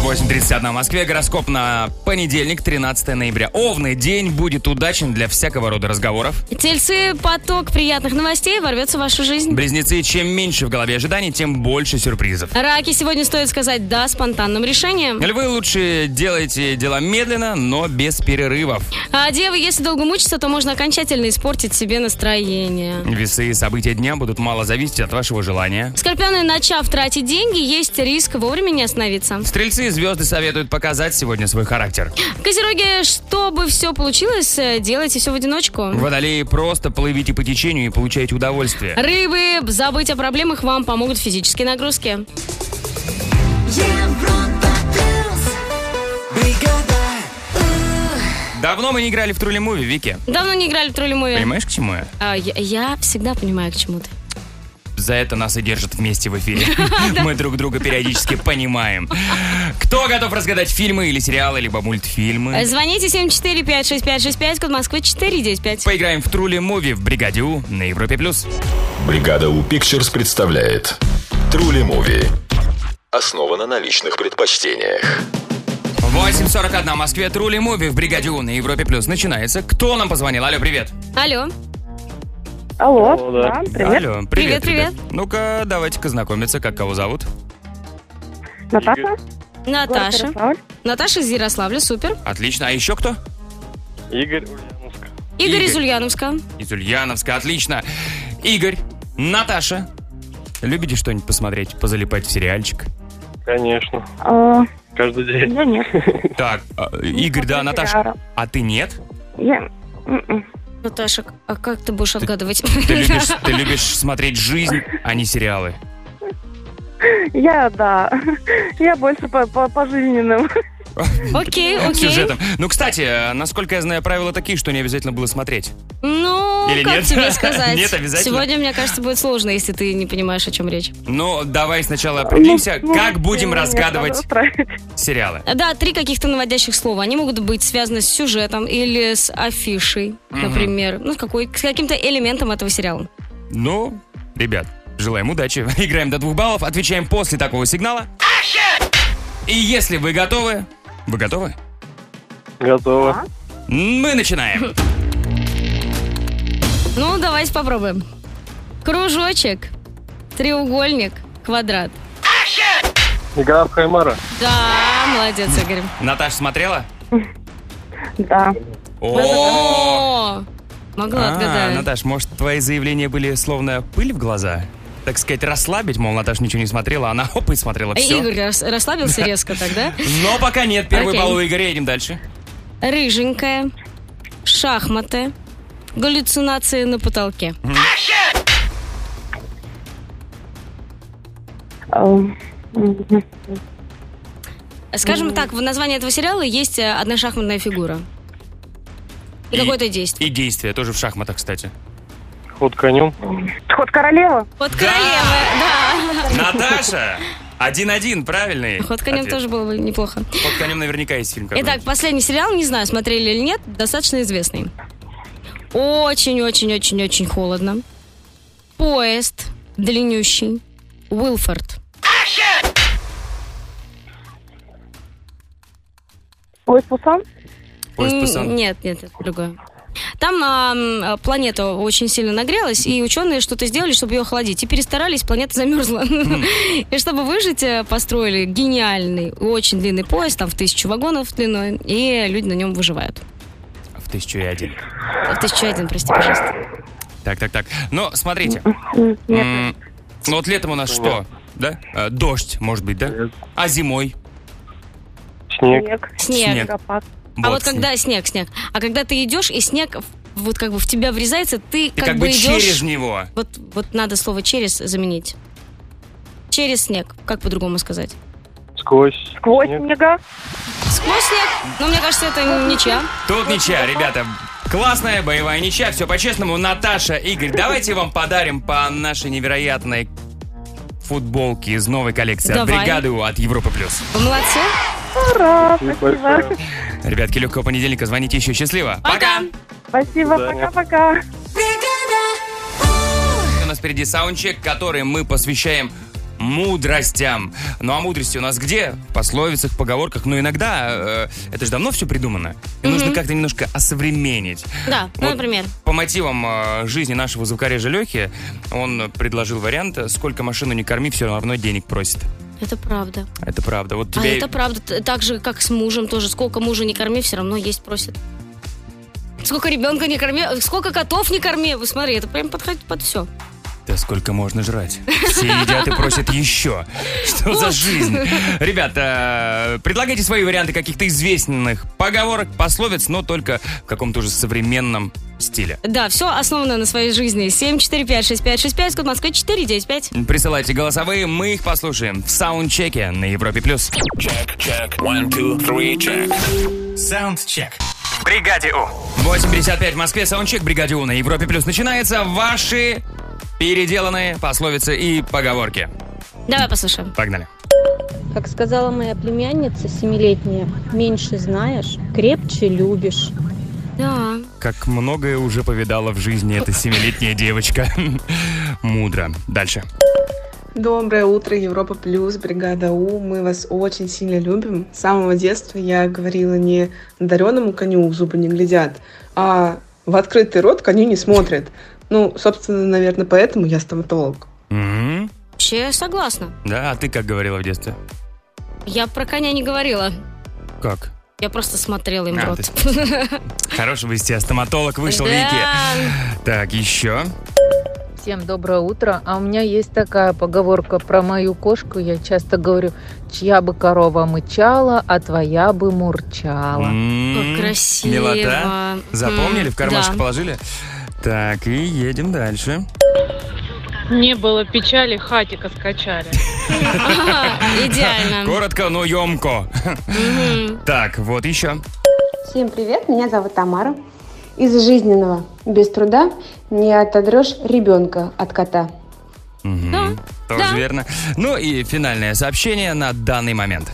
Speaker 1: 8.31 в Москве. Гороскоп на понедельник, 13 ноября. Овны, день будет удачен для всякого рода разговоров.
Speaker 2: Тельцы, поток приятных новостей ворвется в вашу жизнь.
Speaker 1: Близнецы, чем меньше в голове ожиданий, тем больше сюрпризов.
Speaker 2: Раки, сегодня стоит сказать «да» спонтанным решением.
Speaker 1: Львы лучше делайте дела медленно, но без перерывов.
Speaker 2: А девы, если долго мучиться, то можно окончательно испортить себе настроение.
Speaker 1: Весы и события дня будут мало зависеть от вашего желания.
Speaker 2: Скорпионы, начав тратить деньги, есть риск вовремя не остановиться.
Speaker 1: Стрельцы и звезды советуют показать сегодня свой характер.
Speaker 2: Козероги, чтобы все получилось, э, делайте все в одиночку.
Speaker 1: Водолеи просто плывите по течению и получайте удовольствие.
Speaker 2: Рыбы, забыть о проблемах вам помогут физические нагрузки.
Speaker 1: Давно мы не играли в Трули Муви, Вики.
Speaker 2: Давно не играли в тролли А,
Speaker 1: Понимаешь, к чему я?
Speaker 2: я, я всегда понимаю, к чему ты.
Speaker 1: За это нас и держат вместе в
Speaker 15: [LAUGHS]
Speaker 1: эфире. Мы друг друга периодически понимаем. Кто готов разгадать фильмы или сериалы, либо
Speaker 2: Э,
Speaker 1: мультфильмы?
Speaker 2: Звоните 7456565, код Москвы 495.
Speaker 1: Поиграем в Трули Муви в Бригаде У на Европе+. плюс.
Speaker 3: Бригада У Pictures представляет Трули Муви. Основана на личных предпочтениях.
Speaker 1: 8.41 в Москве. Трули Муви в Бригаде У на Европе+. плюс начинается. Кто нам позвонил? Алло, привет.
Speaker 2: Алло.
Speaker 15: Алло, да, привет.
Speaker 1: Алло, привет,
Speaker 15: Привет,
Speaker 1: ребят. Ну-ка, давайте-ка знакомиться, как кого зовут.
Speaker 15: Наташа?
Speaker 2: Наташа. Наташа из Ярославля, супер.
Speaker 1: Отлично. А еще кто? Игорь
Speaker 2: Игорь,
Speaker 1: Игорь.
Speaker 2: из Ульяновска.
Speaker 1: из Ульяновска. Отлично. Игорь, Наташа, любите что-нибудь посмотреть, позалипать в сериальчик? Конечно.
Speaker 15: Э,
Speaker 1: Каждый
Speaker 15: день. я нет.
Speaker 1: Так, а, Игорь, да, Наташа.
Speaker 15: сериалов.
Speaker 1: А ты нет?
Speaker 15: Я... м-м.
Speaker 2: Наташа, а как ты будешь отгадывать?
Speaker 1: Ты любишь, ты любишь смотреть жизнь, а не сериалы.
Speaker 15: Я, да. Я больше по, по, по жизненным.
Speaker 2: [LAUGHS] Окей,
Speaker 1: С
Speaker 2: окей.
Speaker 1: Сюжетом. Ну, кстати, э, насколько я знаю, правила такие, что не обязательно было смотреть.
Speaker 2: Ну,
Speaker 1: Или
Speaker 2: как
Speaker 1: нет? [LAUGHS]
Speaker 2: тебе сказать?
Speaker 1: Нет, обязательно?
Speaker 2: Сегодня, мне кажется, будет сложно, если ты не понимаешь, о чем речь.
Speaker 1: Ну, давай сначала определимся,
Speaker 2: ну,
Speaker 1: как будем
Speaker 2: меня
Speaker 1: разгадывать сериалы.
Speaker 2: Да, три каких-то наводящих слова. Они могут быть связаны с сюжетом или с афишей,
Speaker 1: Мгм.
Speaker 2: например. Ну, с какой, с каким-то элементом этого сериала.
Speaker 1: Ну, ребят, желаем удачи. [LAUGHS] Играем до двух баллов, отвечаем после такого сигнала. И если вы готовы... Вы готовы? Готовы. Мы начинаем.
Speaker 2: Ну, давайте попробуем. Кружочек, треугольник, квадрат.
Speaker 13: Игра в Хаймара.
Speaker 2: Да, молодец, Игорь.
Speaker 1: Наташа смотрела?
Speaker 15: Да.
Speaker 1: О!
Speaker 2: Могла
Speaker 1: А,
Speaker 2: отгадать.
Speaker 1: Наташ, может, твои заявления были словно пыль в глаза? Так сказать, расслабить, мол, Наташа ничего не смотрела, а она [LAUGHS] оп и смотрела
Speaker 2: Э,
Speaker 1: все.
Speaker 2: Игорь рас- расслабился резко тогда.
Speaker 1: Но пока нет, первый
Speaker 2: Окей.
Speaker 1: балл у Игоря, едем дальше.
Speaker 2: [LAUGHS] Рыженькая, шахматы, галлюцинации на потолке.
Speaker 15: Э, м,
Speaker 2: Эм, Скажем так, в названии этого сериала есть э, одна шахматная фигура. И, какое-то действие.
Speaker 1: И действие, тоже в шахматах,
Speaker 2: [LAUGHS]
Speaker 1: кстати.
Speaker 13: Ход конем.
Speaker 16: Ход королевы.
Speaker 2: Ход королевы, да.
Speaker 1: Наташа! Один-один, правильный.
Speaker 2: Ход конем
Speaker 1: ответ.
Speaker 2: тоже было бы неплохо.
Speaker 1: Ход конем наверняка есть фильм какой-то.
Speaker 2: Итак, последний сериал, не знаю, смотрели или нет, достаточно известный. Очень-очень-очень-очень холодно. Поезд длиннющий. Уилфорд.
Speaker 16: Поезд Пусан.
Speaker 1: Поезд
Speaker 2: М,
Speaker 1: Пусан.
Speaker 2: Нет, нет, это другое. Там а, м, а, планета очень сильно нагрелась, и ученые что-то сделали, чтобы ее охладить. И перестарались, планета замерзла. [LAUGHS] И чтобы выжить, э, построили гениальный, очень длинный поезд, там в тысячу вагонов длиной, и люди на нем выживают.
Speaker 1: А В тысячу и один.
Speaker 2: В тысячу один, прости, пожалуйста.
Speaker 1: Так, так, так. Но смотрите.
Speaker 16: Нет.
Speaker 1: М, Ну вот летом у нас что? Да? Э, Дождь, может быть, да? А зимой?
Speaker 16: Снег.
Speaker 2: Снег.
Speaker 16: Снегопад.
Speaker 2: А
Speaker 1: Вот
Speaker 2: вот
Speaker 1: снег.
Speaker 2: когда снег, снег. А когда ты идешь, и снег в- вот как бы в тебя врезается, ты
Speaker 1: Ты
Speaker 2: как,
Speaker 1: как, бы
Speaker 2: идешь...
Speaker 1: через него.
Speaker 2: Вот, вот надо слово «через» заменить. Через снег. Как по-другому сказать?
Speaker 13: Сквозь.
Speaker 16: Сквозь снега.
Speaker 2: Сквозь снег. Ну, мне кажется, это ничья.
Speaker 1: Тут ничья, ребята. Классная боевая ничья, все по-честному. Наташа, Игорь, давайте вам подарим по нашей невероятной футболке из новой коллекции от
Speaker 2: Давай.
Speaker 1: бригады У от Европы плюс.
Speaker 2: Вы молодцы.
Speaker 16: Ура,
Speaker 13: Спасибо
Speaker 16: спасибо.
Speaker 1: Ребятки, легкого понедельника, звоните еще. Счастливо.
Speaker 2: Пока.
Speaker 16: Спасибо,
Speaker 1: До свидания.
Speaker 16: пока-пока.
Speaker 1: У нас впереди саундчек, который мы посвящаем мудростям. Ну а мудрости у нас где? В пословицах, поговорках. Но иногда э, это же давно все придумано. И нужно
Speaker 2: Мгм.
Speaker 1: как-то немножко осовременить.
Speaker 2: Да, ну,
Speaker 1: Вот
Speaker 2: например.
Speaker 1: По мотивам э, жизни нашего звукорежа Лехи, он предложил вариант «Сколько машину не корми, все равно денег просит».
Speaker 2: Это правда.
Speaker 1: Это правда. Вот
Speaker 2: А
Speaker 1: тебе...
Speaker 2: это правда. Т- Так же, как с мужем тоже. Сколько мужа не корми, все равно есть просит. Сколько ребенка не корми, э, сколько котов не корми. Вы смотри, это прям подходит под все.
Speaker 1: Да сколько можно жрать? Все едят и просят
Speaker 2: [LAUGHS]
Speaker 1: еще. Что за жизнь? Ребята, э, предлагайте свои варианты каких-то известных поговорок, пословиц, но только в каком-то уже современном стиле.
Speaker 2: Да, все основано на своей жизни. 7456565, код Москвы 495.
Speaker 1: Присылайте голосовые, мы их послушаем в саундчеке на Европе+. плюс.
Speaker 17: Саундчек. Бригаде У.
Speaker 1: 8.55 в Москве, саундчек Бригаде У на Европе+. плюс. Начинается ваши переделанные пословицы и поговорки.
Speaker 2: Давай послушаем.
Speaker 1: Погнали.
Speaker 18: Как сказала моя племянница семилетняя, меньше знаешь, крепче любишь.
Speaker 2: Да.
Speaker 1: Как многое уже повидала в жизни эта семилетняя девочка. [LAUGHS] Мудро. Дальше.
Speaker 19: Доброе утро, Европа Плюс, бригада У. Мы вас очень сильно любим. С самого детства я говорила не дареному коню в зубы не глядят, а в открытый рот коню не смотрят. Ну, собственно, наверное, поэтому я стоматолог.
Speaker 1: М,
Speaker 2: Вообще согласна.
Speaker 1: Да, а ты как говорила в детстве?
Speaker 2: Я про коня не говорила.
Speaker 1: Как?
Speaker 2: Я просто смотрела им в
Speaker 1: А,
Speaker 2: рот.
Speaker 1: Хороший вы из тебя а
Speaker 2: [LAUGHS]
Speaker 1: стоматолог вышел, Вики. Так, еще.
Speaker 11: Всем доброе утро. А у меня есть такая поговорка про мою кошку. Я часто говорю, чья бы корова мычала, а твоя бы мурчала.
Speaker 1: М,
Speaker 11: Как красиво.
Speaker 1: М-м. Милота. Запомнили?
Speaker 11: М,
Speaker 1: В
Speaker 2: [LAUGHS]
Speaker 1: кармашек
Speaker 11: да.
Speaker 1: положили? Так, и едем дальше.
Speaker 20: Не было печали, хатика скачали.
Speaker 1: [LAUGHS]
Speaker 2: Идеально.
Speaker 1: Коротко, но емко. Так, вот еще.
Speaker 5: Всем привет, меня зовут Тамара. Из жизненного без труда не отодрешь ребенка от кота.
Speaker 1: Мгм, Тоже верно. Ну и финальное сообщение на данный момент.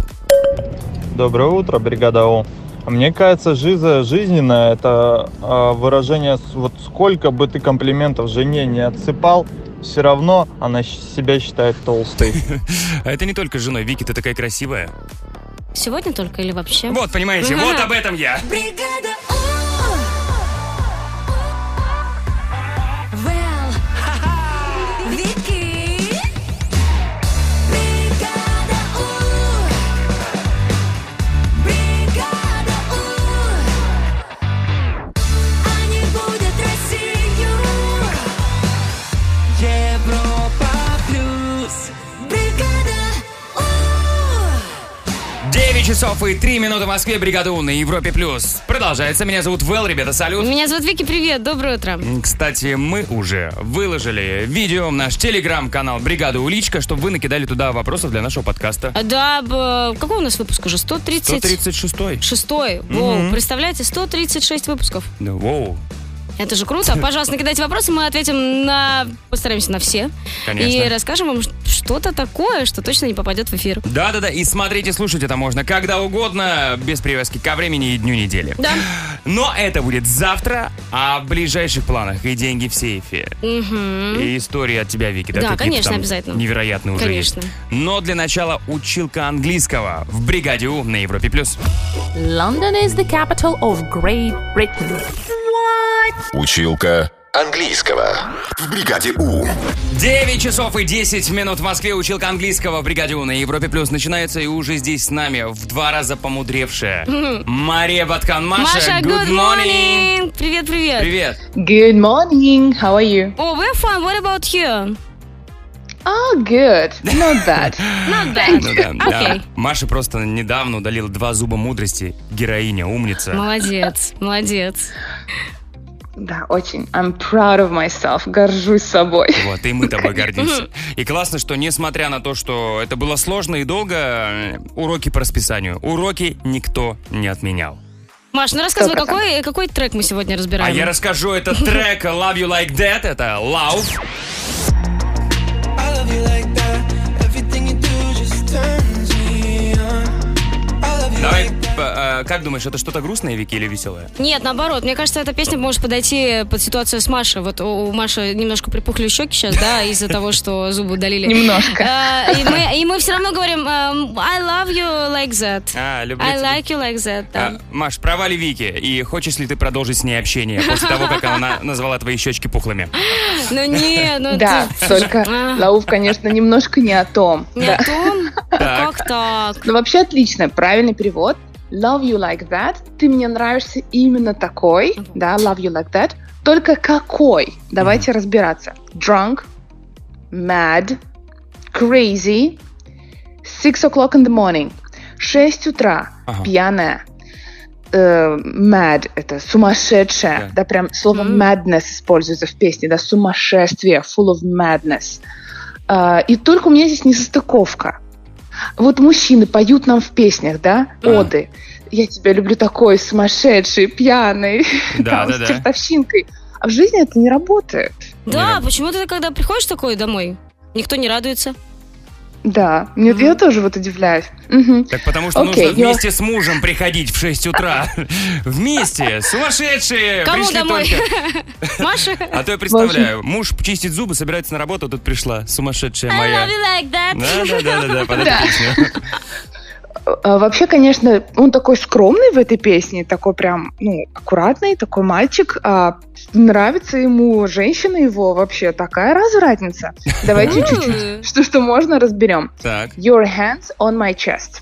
Speaker 1: [LAUGHS]
Speaker 21: Доброе утро, бригада О. Мне кажется, жиза жизненно это э, выражение, с- вот сколько бы ты комплиментов жене не отсыпал, все равно она щ- себя считает толстой.
Speaker 1: А это не только с женой. Вики, ты такая красивая.
Speaker 2: Сегодня только или вообще?
Speaker 1: Вот, понимаете, вот об этом я.
Speaker 8: Европа плюс. Бригада
Speaker 1: 9 9 часов и 3 минуты в Москве. Бригада У на Европе Плюс. Продолжается. Меня зовут Вэл, ребята, салют.
Speaker 2: Меня зовут Вики, привет, доброе утро.
Speaker 1: Кстати, мы уже выложили видео в наш телеграм-канал «Бригада Уличка», чтобы вы накидали туда вопросов для нашего подкаста.
Speaker 2: А, Да, б- какой у нас выпуск уже? 130?
Speaker 1: 136-й.
Speaker 2: Шестой. Воу,
Speaker 1: Мгм.
Speaker 2: представляете, 136 выпусков.
Speaker 1: Да, Воу.
Speaker 2: Это же круто. Пожалуйста, накидайте вопросы, мы ответим на... Постараемся на все.
Speaker 1: Конечно.
Speaker 2: И расскажем вам что-то такое, что точно не попадет в эфир.
Speaker 1: Да-да-да, и смотреть и слушать это можно когда угодно, без привязки ко времени и дню недели.
Speaker 2: Да.
Speaker 1: Но это будет завтра, а в ближайших планах и деньги в сейфе.
Speaker 2: Мгм.
Speaker 1: И истории от тебя, Вики, да?
Speaker 2: Да,
Speaker 1: какие-то
Speaker 2: конечно,
Speaker 1: там
Speaker 2: обязательно.
Speaker 1: Невероятные уже
Speaker 2: Конечно.
Speaker 1: есть. Но для начала училка английского в бригаде У на Европе плюс.
Speaker 4: London is the capital of Great Britain.
Speaker 3: Училка английского в бригаде У.
Speaker 1: 9 часов и 10 минут в Москве. Училка английского в бригаде У на Европе плюс начинается и уже здесь с нами в два раза помудревшая
Speaker 2: Мгм.
Speaker 1: Мария Баткан. Маша,
Speaker 2: Маша, good morning! Привет, привет.
Speaker 1: Привет.
Speaker 21: Good morning. How are you?
Speaker 2: Oh, we're fine. What about you?
Speaker 21: Oh, good. [LAUGHS] Not bad.
Speaker 2: Not
Speaker 1: Ну да,
Speaker 2: bad.
Speaker 1: да.
Speaker 2: Окей.
Speaker 1: Маша просто недавно удалила два зуба мудрости. Героиня, умница.
Speaker 2: Молодец, молодец.
Speaker 21: Да, очень. I'm proud of myself. Горжусь собой.
Speaker 1: Вот, и мы тобой гордимся.
Speaker 21: Мгм.
Speaker 1: И классно, что несмотря на то, что это было сложно и долго, э, уроки по расписанию. Уроки никто не отменял. А
Speaker 2: Маш, ну рассказывай,
Speaker 1: Сто процентов.
Speaker 2: какой, какой трек мы сегодня разбираем?
Speaker 1: А я расскажу этот трек Love You Like That. Это Love.
Speaker 5: I love you like that. Everything you do just turns me on. I love you
Speaker 1: Давай, э, э, как думаешь, это что-то грустное, Вики, или веселое?
Speaker 2: Нет, наоборот, мне кажется, эта песня может подойти под ситуацию с Машей. Вот у у Маши немножко припухли щеки сейчас, да, из-за того, что зубы удалили.
Speaker 21: Немножко.
Speaker 2: А, И
Speaker 21: [LAUGHS]
Speaker 2: мы, и мы все равно говорим эм, I love you like that.
Speaker 1: А, люблю
Speaker 2: I
Speaker 1: тебя.
Speaker 2: like you like that. да.
Speaker 1: А, Маш, права ли Вики? И хочешь ли ты продолжить с ней общение после того, как она назвала твои щечки пухлыми?
Speaker 2: Ну не, ну
Speaker 21: Да,
Speaker 2: ты- [LAUGHS]
Speaker 21: только Лауф, конечно, немножко не о том.
Speaker 2: Не
Speaker 21: Да.
Speaker 2: о том?
Speaker 1: Так.
Speaker 2: Как так?
Speaker 21: Но Ну, вообще отлично, правильный перевод. Love you like that. Ты мне нравишься именно такой. Да, love you like that. Только какой? Давайте разбираться. Drunk, mad, crazy, six o'clock in the morning. Шесть утра, пьяная. Э, mad – это сумасшедшая. Да, прям слово madness используется в песне, да, сумасшествие, full of madness. А, и только у меня здесь несостыковка. Вот мужчины поют нам в песнях, да, оды. Я тебя люблю такой сумасшедший, пьяный, [LAUGHS]
Speaker 1: Да,
Speaker 21: там,
Speaker 1: да, да.
Speaker 21: с чертовщинкой. А в жизни это не работает.
Speaker 2: Да, почему ты когда приходишь такой домой, никто не радуется?
Speaker 21: Да, нет, я тоже вот удивляюсь. Мгм.
Speaker 1: Так потому что
Speaker 21: Окей,
Speaker 1: нужно
Speaker 21: я-
Speaker 1: вместе с мужем приходить в 6 утра. [LAUGHS] Вместе, сумасшедшие,
Speaker 2: Кому
Speaker 1: пришли
Speaker 21: [LAUGHS]
Speaker 2: домой? [LAUGHS]
Speaker 1: только.
Speaker 2: Маше?
Speaker 1: А то я представляю, муж чистит зубы, собирается на работу, а тут пришла сумасшедшая
Speaker 2: I
Speaker 1: моя.
Speaker 2: love you like that.
Speaker 1: Да-да-да-да, под
Speaker 21: Да.
Speaker 1: эту песню.
Speaker 21: А, Вообще, конечно, он такой скромный в этой песне, такой прям, ну, аккуратный, такой мальчик. А нравится ему женщина его вообще, такая развратница.
Speaker 2: Ну,
Speaker 21: Давайте Типа, чуть-чуть, что, что можно, разберем.
Speaker 1: Так.
Speaker 21: Your hands on my chest.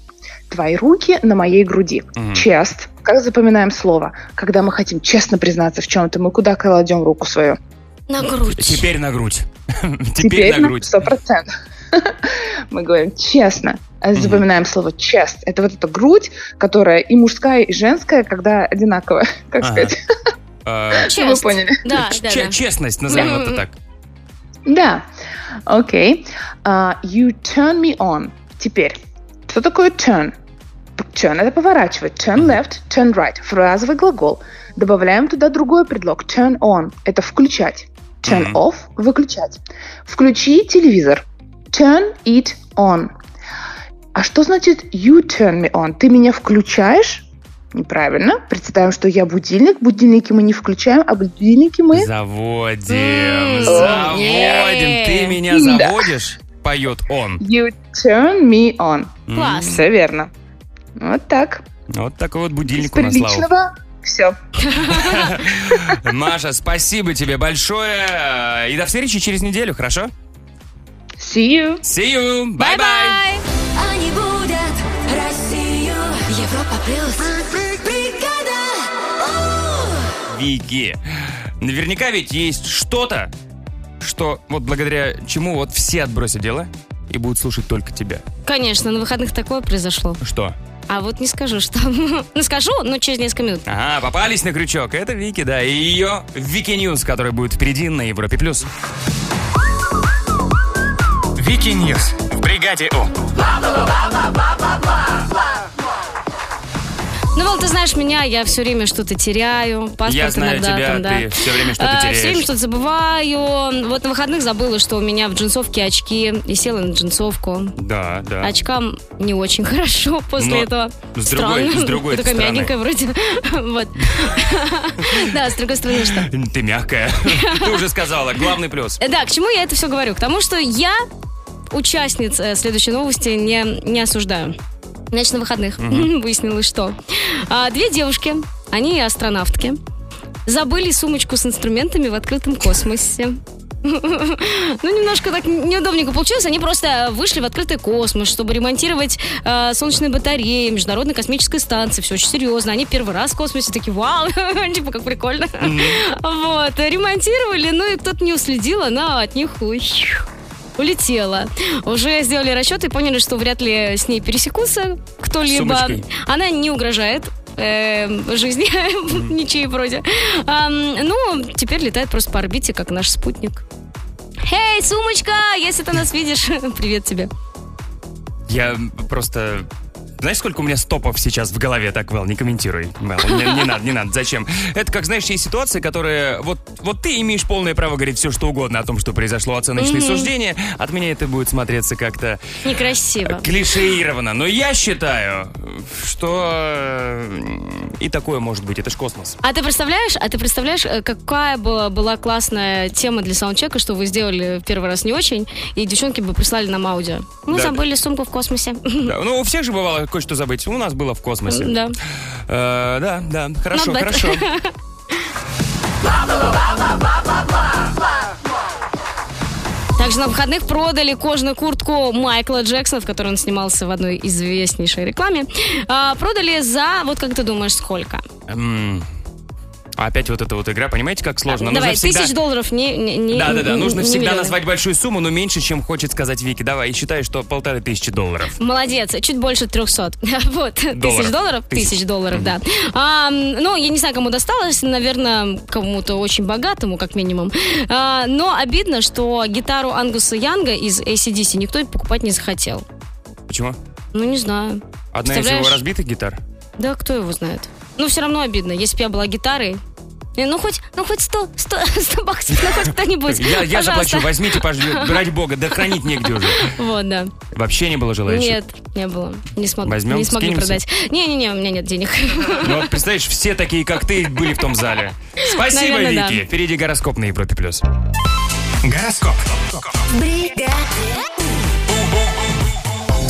Speaker 21: Твои руки на моей груди.
Speaker 1: Мгм.
Speaker 21: Chest. Как запоминаем слово? Когда мы хотим честно признаться в чем-то, мы куда кладем руку свою?
Speaker 2: На грудь.
Speaker 21: Типа,
Speaker 1: Теперь на грудь. [LAUGHS]
Speaker 21: Теперь
Speaker 1: Теперь на
Speaker 21: на
Speaker 1: грудь.
Speaker 21: Сто процентов. [LAUGHS] Мы говорим честно. А Запоминаем слово chest. Это вот эта грудь, которая и мужская, и женская, когда [LAUGHS] одинаковая, как
Speaker 1: Ага.
Speaker 21: сказать.
Speaker 1: Э,
Speaker 21: Ну, Вы поняли.
Speaker 2: Да, А, да,
Speaker 1: че-
Speaker 2: да.
Speaker 1: Честность, назовем это так.
Speaker 21: Да. Окей. А, You turn me on. Теперь. Что такое turn? Turn – это поворачивать. Turn left, turn right. Фразовый глагол. Добавляем туда другой предлог. Turn on – это включать. Turn
Speaker 22: Мгм.
Speaker 21: off – выключать. Включи телевизор. Turn it on. А что значит you turn me on? Ты меня включаешь? Неправильно. Представим, что я будильник. Будильники мы не включаем, а будильники мы...
Speaker 1: Заводим,
Speaker 21: М,
Speaker 1: заводим.
Speaker 21: нет.
Speaker 1: Ты меня
Speaker 21: Да.
Speaker 1: заводишь, поет он.
Speaker 21: You turn me on.
Speaker 1: Класс.
Speaker 21: Все верно. Вот так.
Speaker 1: Вот такой вот будильник у нас, Слава.
Speaker 21: Приличного. Все.
Speaker 1: Маша, спасибо тебе большое. И до встречи через неделю, хорошо?
Speaker 21: See you.
Speaker 1: See you. Bye-bye.
Speaker 8: Они будут Россию Европа плюс Бригада У.
Speaker 1: Вики. Наверняка ведь есть что-то, что вот благодаря чему вот все отбросят дела и будут слушать только тебя. Ну
Speaker 2: Конечно, на выходных такое произошло.
Speaker 1: Что?
Speaker 2: А вот не скажу, что. [LAUGHS] Ну, скажу, но через несколько минут.
Speaker 1: Ага, попались на крючок. Это Вики, да, и ее Вики Ньюс, который будет впереди на Европе+. плюс.
Speaker 6: Вики Ньюс в бригаде У.
Speaker 2: Ну, Вал, ты знаешь меня, я все время что-то теряю. Паспорт
Speaker 1: Я знаю
Speaker 2: иногда,
Speaker 1: тебя,
Speaker 2: там, да.
Speaker 1: ты все время что-то
Speaker 2: А, Все время
Speaker 1: теряешь.
Speaker 2: что-то забываю. Вот на выходных забыла, что у меня в джинсовке очки. И села на джинсовку.
Speaker 1: Да, да.
Speaker 2: Очкам не очень [LAUGHS] хорошо после
Speaker 1: А. Но
Speaker 2: этого.
Speaker 1: с другой-
Speaker 2: Странно.
Speaker 1: с другой
Speaker 2: Такая
Speaker 1: стороны.
Speaker 2: мягенькая вроде. [LAUGHS]
Speaker 1: [LAUGHS]
Speaker 2: Вот. Да, с другой стороны что?
Speaker 1: Ты
Speaker 2: [LAUGHS]
Speaker 1: мягкая. Ты уже сказала. Главный плюс.
Speaker 2: Э, Да, к чему я это все говорю? К тому, что я участниц э, следующей новости не, не осуждаю. Значит, на выходных
Speaker 1: Мгм.
Speaker 2: [LAUGHS] выяснилось, что а, две девушки, они астронавтки, забыли сумочку с инструментами в открытом космосе. [LAUGHS] Ну, немножко так неудобненько получилось. Они просто вышли в открытый космос, чтобы ремонтировать э, солнечные батареи Международной космической станции. Все очень серьезно. Они первый раз в космосе такие, вау, [LAUGHS] типа, как прикольно. Вот, ремонтировали, ну и кто-то не уследил, она от них уй, улетела. Уже сделали расчеты и поняли, что вряд ли с ней пересекутся кто-либо.
Speaker 7: Сумочкой.
Speaker 2: Она не угрожает э, жизни, [LAUGHS] ничьей вроде. Ам, ну, теперь летает просто по орбите, как наш спутник. Эй, сумочка, если ты нас видишь, [LAUGHS] привет тебе.
Speaker 1: Я просто... Знаешь, сколько у меня стопов сейчас в голове? Так, Вэл, не комментируй. Вэл, не, не надо, не надо. Зачем? Это, как знаешь, есть ситуации, которые... Вот, вот ты имеешь полное право говорить все, что угодно о том, что произошло, оценочные
Speaker 2: Мгм.
Speaker 1: суждения. От меня это будет смотреться как-то
Speaker 2: Некрасиво.
Speaker 1: клишеированно. Но я считаю, что... э, И такое может быть. Это ж космос.
Speaker 2: А ты представляешь, а ты представляешь, э, какая была, была классная тема для саундчека, что вы сделали в первый раз не очень, и девчонки бы прислали нам аудио. Мы
Speaker 1: Да.
Speaker 2: забыли сумку в космосе.
Speaker 1: Да, ну, у всех же бывало кое-что забыть. У нас было в
Speaker 2: [LAUGHS]
Speaker 1: космосе.
Speaker 2: Да.
Speaker 1: Э, да, да. Хорошо,
Speaker 2: Not bad.
Speaker 1: хорошо.
Speaker 2: Также на выходных продали кожную куртку Майкла Джексона, в которой он снимался в одной известнейшей рекламе. А, продали за, вот как ты думаешь, сколько?
Speaker 1: М. А Эм, Опять вот эта вот игра, понимаете, как сложно? Нужно
Speaker 2: Давай,
Speaker 1: всегда-
Speaker 2: тысяч долларов не... не- не-
Speaker 1: Да, да, да.
Speaker 2: не-
Speaker 1: Нужно
Speaker 2: не
Speaker 1: всегда
Speaker 2: миллионы.
Speaker 1: назвать большую сумму, но меньше, чем хочет сказать Вики. Давай, и считай, что полторы тысячи долларов.
Speaker 2: Молодец, чуть больше 300. [LAUGHS] Вот,
Speaker 1: Долларов.
Speaker 2: тысяч долларов?
Speaker 1: Тысяч.
Speaker 2: Тысяч долларов, да. А, м, ну, я не знаю, кому досталось, наверное, кому-то очень богатому, как минимум. А, но обидно, что гитару Ангуса Янга из ACDC никто покупать не захотел.
Speaker 1: Почему?
Speaker 2: Ну, не знаю.
Speaker 1: Одна из его
Speaker 2: Представляешь?
Speaker 1: разбитых гитар?
Speaker 2: Да, кто его знает. Ну, все равно обидно, если бы я была гитарой. э, Ну, хоть, ну, хоть 100, [LAUGHS] 100, 100 баксов, ну, хоть кто-нибудь.
Speaker 1: Я, я заплачу,
Speaker 2: пожалуйста.
Speaker 1: возьмите, пожалуйста, ради бога, да хранить негде уже.
Speaker 2: Вот, да.
Speaker 1: Вообще не было желающих.
Speaker 2: Нет, не было. Не, смог,
Speaker 1: Возьмем,
Speaker 2: не смогли
Speaker 1: скинемся?
Speaker 2: продать. Не-не-не, у меня нет денег.
Speaker 1: Ну вот, представляешь, все такие, как ты, были в том зале. Спасибо,
Speaker 2: Наверное,
Speaker 1: Вики.
Speaker 2: да.
Speaker 1: Впереди гороскоп на Европе+. плюс. Гороскоп.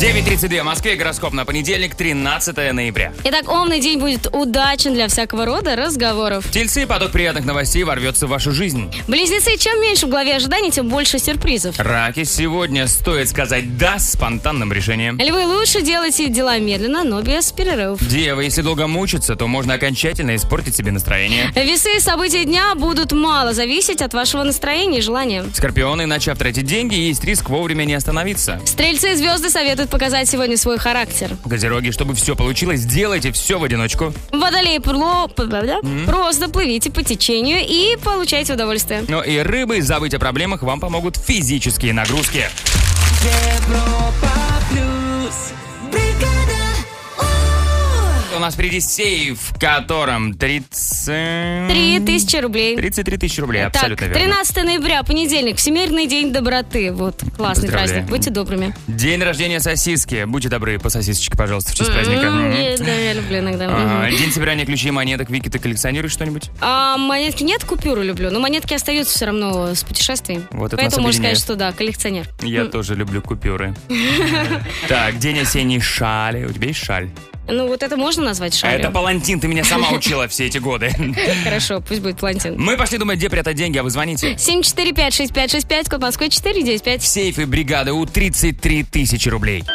Speaker 1: 9.32 в Москве, гороскоп на понедельник, 13 ноября.
Speaker 2: Итак, умный день будет удачен для всякого рода разговоров.
Speaker 1: Тельцы, поток приятных новостей ворвется в вашу жизнь.
Speaker 2: Близнецы, чем меньше в голове ожиданий, тем больше сюрпризов.
Speaker 1: Раки, сегодня стоит сказать «да» спонтанным решением.
Speaker 2: Львы, лучше делайте дела медленно, но без перерывов.
Speaker 1: Девы, если долго мучиться, то можно окончательно испортить себе настроение.
Speaker 2: Весы, события дня будут мало зависеть от вашего настроения и желания.
Speaker 1: Скорпионы, начав тратить деньги, есть риск вовремя не остановиться.
Speaker 2: Стрельцы и звезды советуют показать сегодня свой характер.
Speaker 1: Козероги, чтобы все получилось, делайте все в одиночку.
Speaker 2: Водолей, пло- п- да, да? просто плывите по течению и получайте удовольствие.
Speaker 1: Но Ну и рыбы забыть о проблемах вам помогут физические нагрузки. У нас впереди сейф, в котором 30...
Speaker 2: Три тысячи рублей.
Speaker 1: 33 тысячи рублей,
Speaker 2: Так,
Speaker 1: абсолютно верно.
Speaker 2: 13 ноября, понедельник, Всемирный день доброты. Вот, классный
Speaker 1: Поздравляем.
Speaker 2: праздник. Будьте добрыми.
Speaker 1: День рождения сосиски. Будьте добры, по сосисочке, пожалуйста, в честь праздника.
Speaker 2: М,
Speaker 1: Мгм.
Speaker 2: я- Да, я люблю иногда.
Speaker 1: А,
Speaker 2: Мгм.
Speaker 1: День собирания ключей и монеток. Вики, ты коллекционируешь что-нибудь?
Speaker 2: А монетки нет, купюру люблю, но монетки остаются все равно с путешествий.
Speaker 1: Вот это
Speaker 2: Поэтому
Speaker 1: нас
Speaker 2: можно
Speaker 1: объединяет.
Speaker 2: сказать, что да, коллекционер.
Speaker 1: Я тоже
Speaker 2: [LAUGHS]
Speaker 1: люблю купюры. Так, день осенней шали. У тебя есть шаль?
Speaker 2: Ну, вот это можно назвать
Speaker 1: А
Speaker 2: шарем?
Speaker 1: это палантин, ты меня сама учила все эти годы.
Speaker 2: Хорошо, пусть будет плантин.
Speaker 1: Мы пошли думать, где прятать деньги, а вы звоните.
Speaker 2: 745-6565, код Москвы 495.
Speaker 1: Сейф и бригада у 33 тысячи рублей.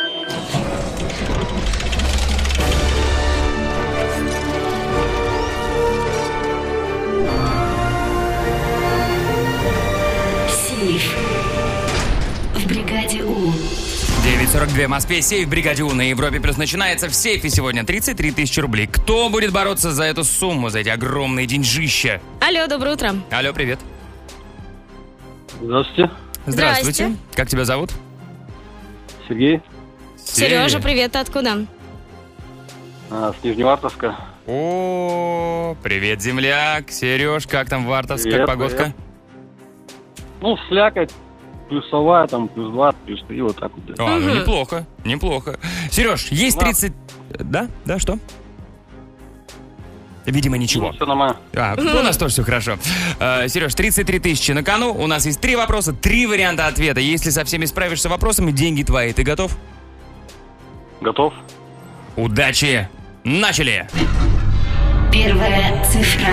Speaker 7: Сейф. В бригаде У.
Speaker 1: 9.37 9.42 в Москве. Сейф бригаде У» на Европе Плюс начинается. В сейфе сегодня 33 тысячи рублей. Кто будет бороться за эту сумму, за эти огромные деньжища?
Speaker 2: Алло, доброе утро.
Speaker 1: Алло, привет.
Speaker 13: Здравствуйте,
Speaker 1: Здравствуйте.
Speaker 2: Здрасте.
Speaker 1: Как тебя зовут?
Speaker 13: Сергей,
Speaker 2: Сережа, привет, ты откуда?
Speaker 13: а, с Нижневартовска.
Speaker 1: О, привет, земляк. Сереж, как там Вартовск, как
Speaker 13: Привет,
Speaker 1: погодка?
Speaker 13: Ну, слякоть, плюсовая, там, плюс 2, плюс 3, вот так вот.
Speaker 1: А, ну неплохо, неплохо. Сереж, есть 30... Да? Да, что? Видимо, ничего.
Speaker 13: Все нормально.
Speaker 1: А, ну, у нас тоже все хорошо. А, Сереж, 33 тысячи на кону. У нас есть три вопроса, три варианта ответа. Если со всеми справишься вопросами, деньги твои. Ты готов?
Speaker 13: Готов.
Speaker 1: Удачи! Начали!
Speaker 2: Первая цифра.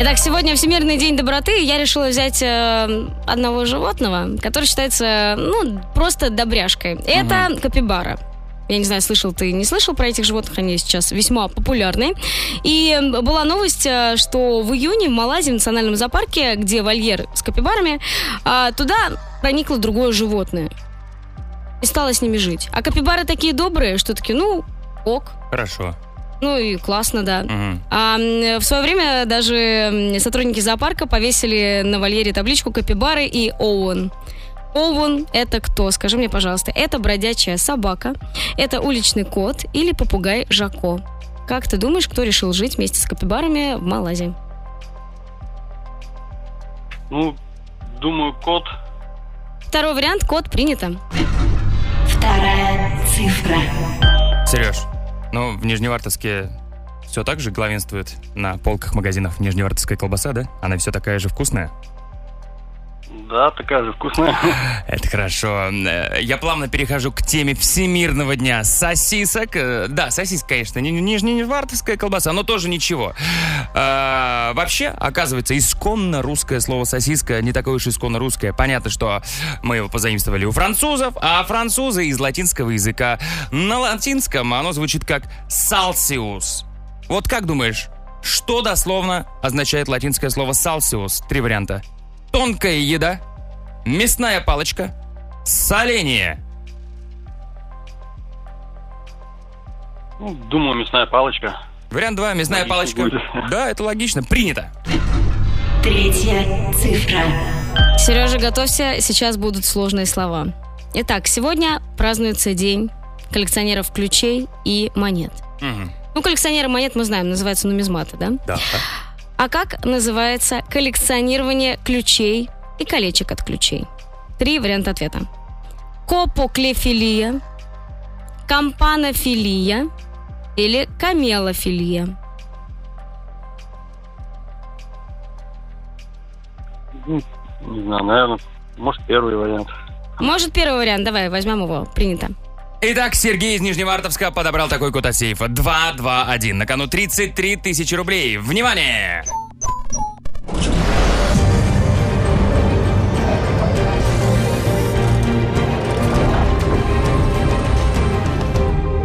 Speaker 2: Итак, сегодня Всемирный день доброты. и Я решила взять э, одного животного, который считается, ну, просто добряшкой. Это капибара. Я не знаю, слышал ты, не слышал про этих животных, они сейчас весьма популярны. И была новость, э, что в июне в Малайзии, в национальном зоопарке, где вольер с капибарами, а, туда проникло другое животное. И стало с ними жить. А капибары такие добрые, что такие, ну, ок,
Speaker 1: Хорошо.
Speaker 2: ну и классно, да.
Speaker 1: Мгм.
Speaker 2: А, м, в свое время даже м, сотрудники зоопарка повесили на вольере табличку «Капибары» и «Оуэн». Оуэн – это кто? Скажи мне, пожалуйста. Это бродячая собака, это уличный кот или попугай Жако. Как ты думаешь, кто решил жить вместе с капибарами в Малайзии?
Speaker 13: Ну, думаю, кот.
Speaker 2: Второй вариант – кот принято. Вторая цифра.
Speaker 1: Сереж, ну, в Нижневартовске все так же главенствует на полках магазинов Нижневартовская колбаса, да? Она все такая же вкусная?
Speaker 13: Да, такая же вкусная. [LAUGHS]
Speaker 1: Это хорошо. Э, Я плавно перехожу к теме Всемирного дня сосисок. Э, Да, сосиска, конечно, ни- нижневартовская колбаса, но тоже ничего. А, Вообще, оказывается, исконно русское слово «сосиска» не такое уж исконно русское. Понятно, что мы его позаимствовали у французов, а французы из латинского языка. На латинском оно звучит как «салсиус». Вот как думаешь, что дословно означает латинское слово «салсиус»? Три варианта. Тонкая еда, мясная палочка, соление.
Speaker 13: Ну, думаю, мясная палочка.
Speaker 1: Вариант 2, мясная палочка. [LAUGHS] Да, это логично, принято.
Speaker 2: Третья цифра. Сережа, готовься, сейчас будут сложные слова. Итак, сегодня празднуется день коллекционеров ключей и монет. Ну, коллекционеры монет мы знаем, называются нумизматы, да?
Speaker 1: Да.
Speaker 2: А как называется коллекционирование ключей и колечек от ключей? Три варианта ответа. Копоклефилия, кампанофилия или камелофилия.
Speaker 13: Ну, Не знаю, наверное, может, первый вариант.
Speaker 2: Может, первый вариант? Давай, возьмем его. Принято.
Speaker 1: Итак, Сергей из Нижневартовска подобрал такой код от сейфа. 221. На кону 33 тысячи рублей. Внимание!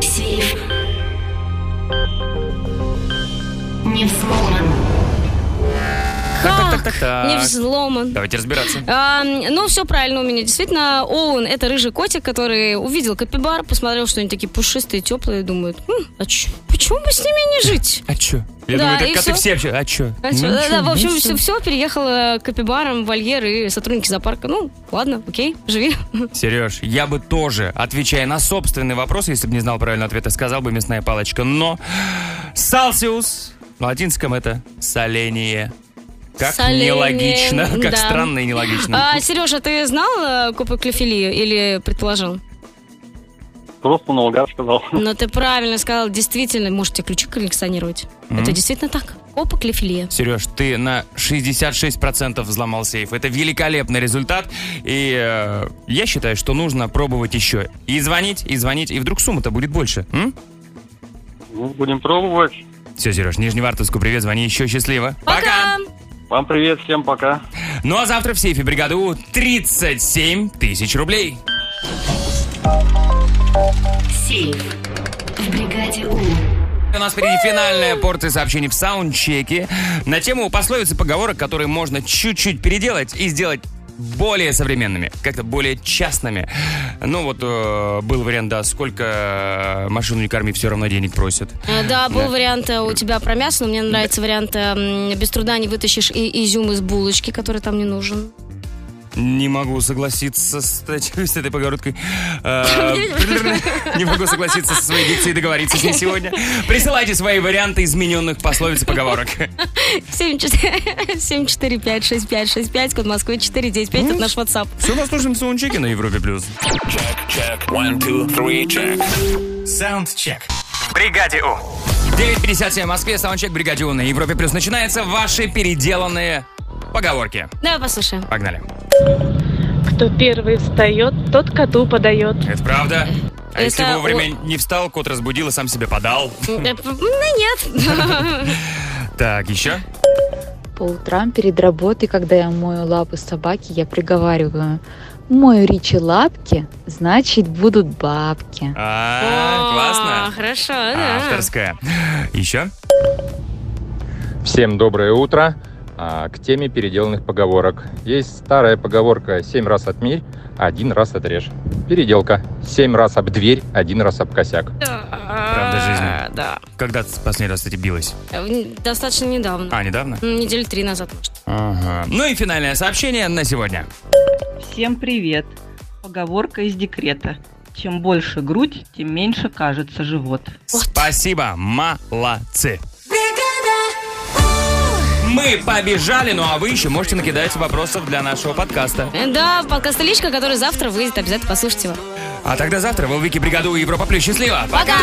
Speaker 5: Сейф. Не взломан.
Speaker 1: Так, так, так, так.
Speaker 2: Не взломан.
Speaker 1: Давайте разбираться.
Speaker 2: А, ну, все правильно у меня. Действительно, Оуэн – это рыжий котик, который увидел капибар, посмотрел, что они такие пушистые, теплые, и думает, «М, а чё- почему бы с ними не жить?
Speaker 1: А чё? Я
Speaker 2: Да,
Speaker 1: думаю,
Speaker 2: и
Speaker 1: так
Speaker 2: всё.
Speaker 1: коты все вообще. А чё?
Speaker 2: А чё?
Speaker 1: Ну,
Speaker 2: Да, да,
Speaker 1: ничего,
Speaker 2: в общем,
Speaker 1: ну,
Speaker 2: все, переехало к капибарам, в вольер и сотрудники зоопарка. Ну, ладно, окей, живи.
Speaker 1: Ну, Сереж, я бы тоже, отвечая на собственный вопрос, если бы не знал правильного ответа, сказал бы мясная палочка. Но салсиус на латинском это соление. Как
Speaker 2: Соление,
Speaker 1: нелогично, [LAUGHS] как
Speaker 2: да.
Speaker 1: странно и нелогично.
Speaker 2: Сережа, А, ты знал э, копоклефилию или предположил?
Speaker 13: Просто наугад сказал. [LAUGHS]
Speaker 2: Но ты правильно сказал, действительно, можете ключи коллекционировать.
Speaker 1: Мгм.
Speaker 2: Это действительно так. Копоклефилия.
Speaker 1: Сереж, ты на 66% взломал сейф. Это великолепный результат. И э, я считаю, что нужно пробовать еще. И звонить, и звонить, и вдруг сумма-то будет больше. М?
Speaker 13: Ну, будем пробовать.
Speaker 1: Все, Сереж, Нижневартовску привет, звони еще, счастливо.
Speaker 2: Пока!
Speaker 13: Вам привет, всем пока.
Speaker 1: Ну а завтра в сейфе бригады У 37 тысяч рублей.
Speaker 5: Сейф. В бригаде У.
Speaker 1: У нас впереди финальная порция сообщений в саундчеке на тему пословиц и поговорок, которые можно чуть-чуть переделать и сделать более современными, как-то более частными. Ну вот э, был вариант, да, сколько э, машину не корми, все равно денег просят.
Speaker 2: Э, Да, был вариант э, у тебя про мясо, но мне нравится вариант э, м, без труда не вытащишь и изюм из булочки, который там не нужен.
Speaker 1: Не могу согласиться с, [LAUGHS] с этой погородкой. Э, Не могу согласиться со своей дикцией и договориться с ней сегодня. Присылайте свои варианты измененных пословиц и поговорок.
Speaker 2: 745-6565, код Москвы 495, это наш WhatsApp.
Speaker 1: Все, нас нужен саундчеки на Европе+. плюс.
Speaker 6: Чек, one, two, three, check. Саундчек. В бригаде У.
Speaker 1: 9.57 в Москве, саундчек бригаде У» на Европе+. плюс. Начинается ваши переделанные поговорки.
Speaker 2: Давай послушаем.
Speaker 1: Погнали.
Speaker 23: Кто первый встает, тот коту подает.
Speaker 1: Это правда? А если
Speaker 23: Это
Speaker 1: вовремя не встал, кот разбудил и сам себе подал.
Speaker 2: Ну нет.
Speaker 1: Так, еще?
Speaker 7: По утрам перед работой, когда я мою лапы собаки, я приговариваю. Мою Ричи лапки, значит, будут бабки.
Speaker 1: [LAUGHS] А, классно. А,
Speaker 2: Хорошо,
Speaker 1: Авторская. Еще?
Speaker 9: Всем доброе утро. А, К теме переделанных поговорок. Есть старая поговорка «семь раз отмерь, один раз отрежь». Переделка. «Семь раз об дверь, один раз об косяк».
Speaker 1: Правда жизни. Да. Когда ты последний раз, кстати, билась?
Speaker 2: А, Э, Достаточно недавно.
Speaker 1: А, недавно?
Speaker 2: М, Недели три назад, может.
Speaker 1: Ага. Ну и финальное сообщение на сегодня.
Speaker 22: Всем привет! Поговорка из декрета. Чем больше грудь, тем меньше кажется живот.
Speaker 1: Спасибо, молодцы. Мы побежали, ну а вы еще можете накидать вопросов для нашего подкаста.
Speaker 2: Э, Да, подкаст «Личка», который завтра выйдет, обязательно послушайте его.
Speaker 1: А тогда завтра в Вики бригаду Европа Плюс. Счастливо!
Speaker 2: Пока!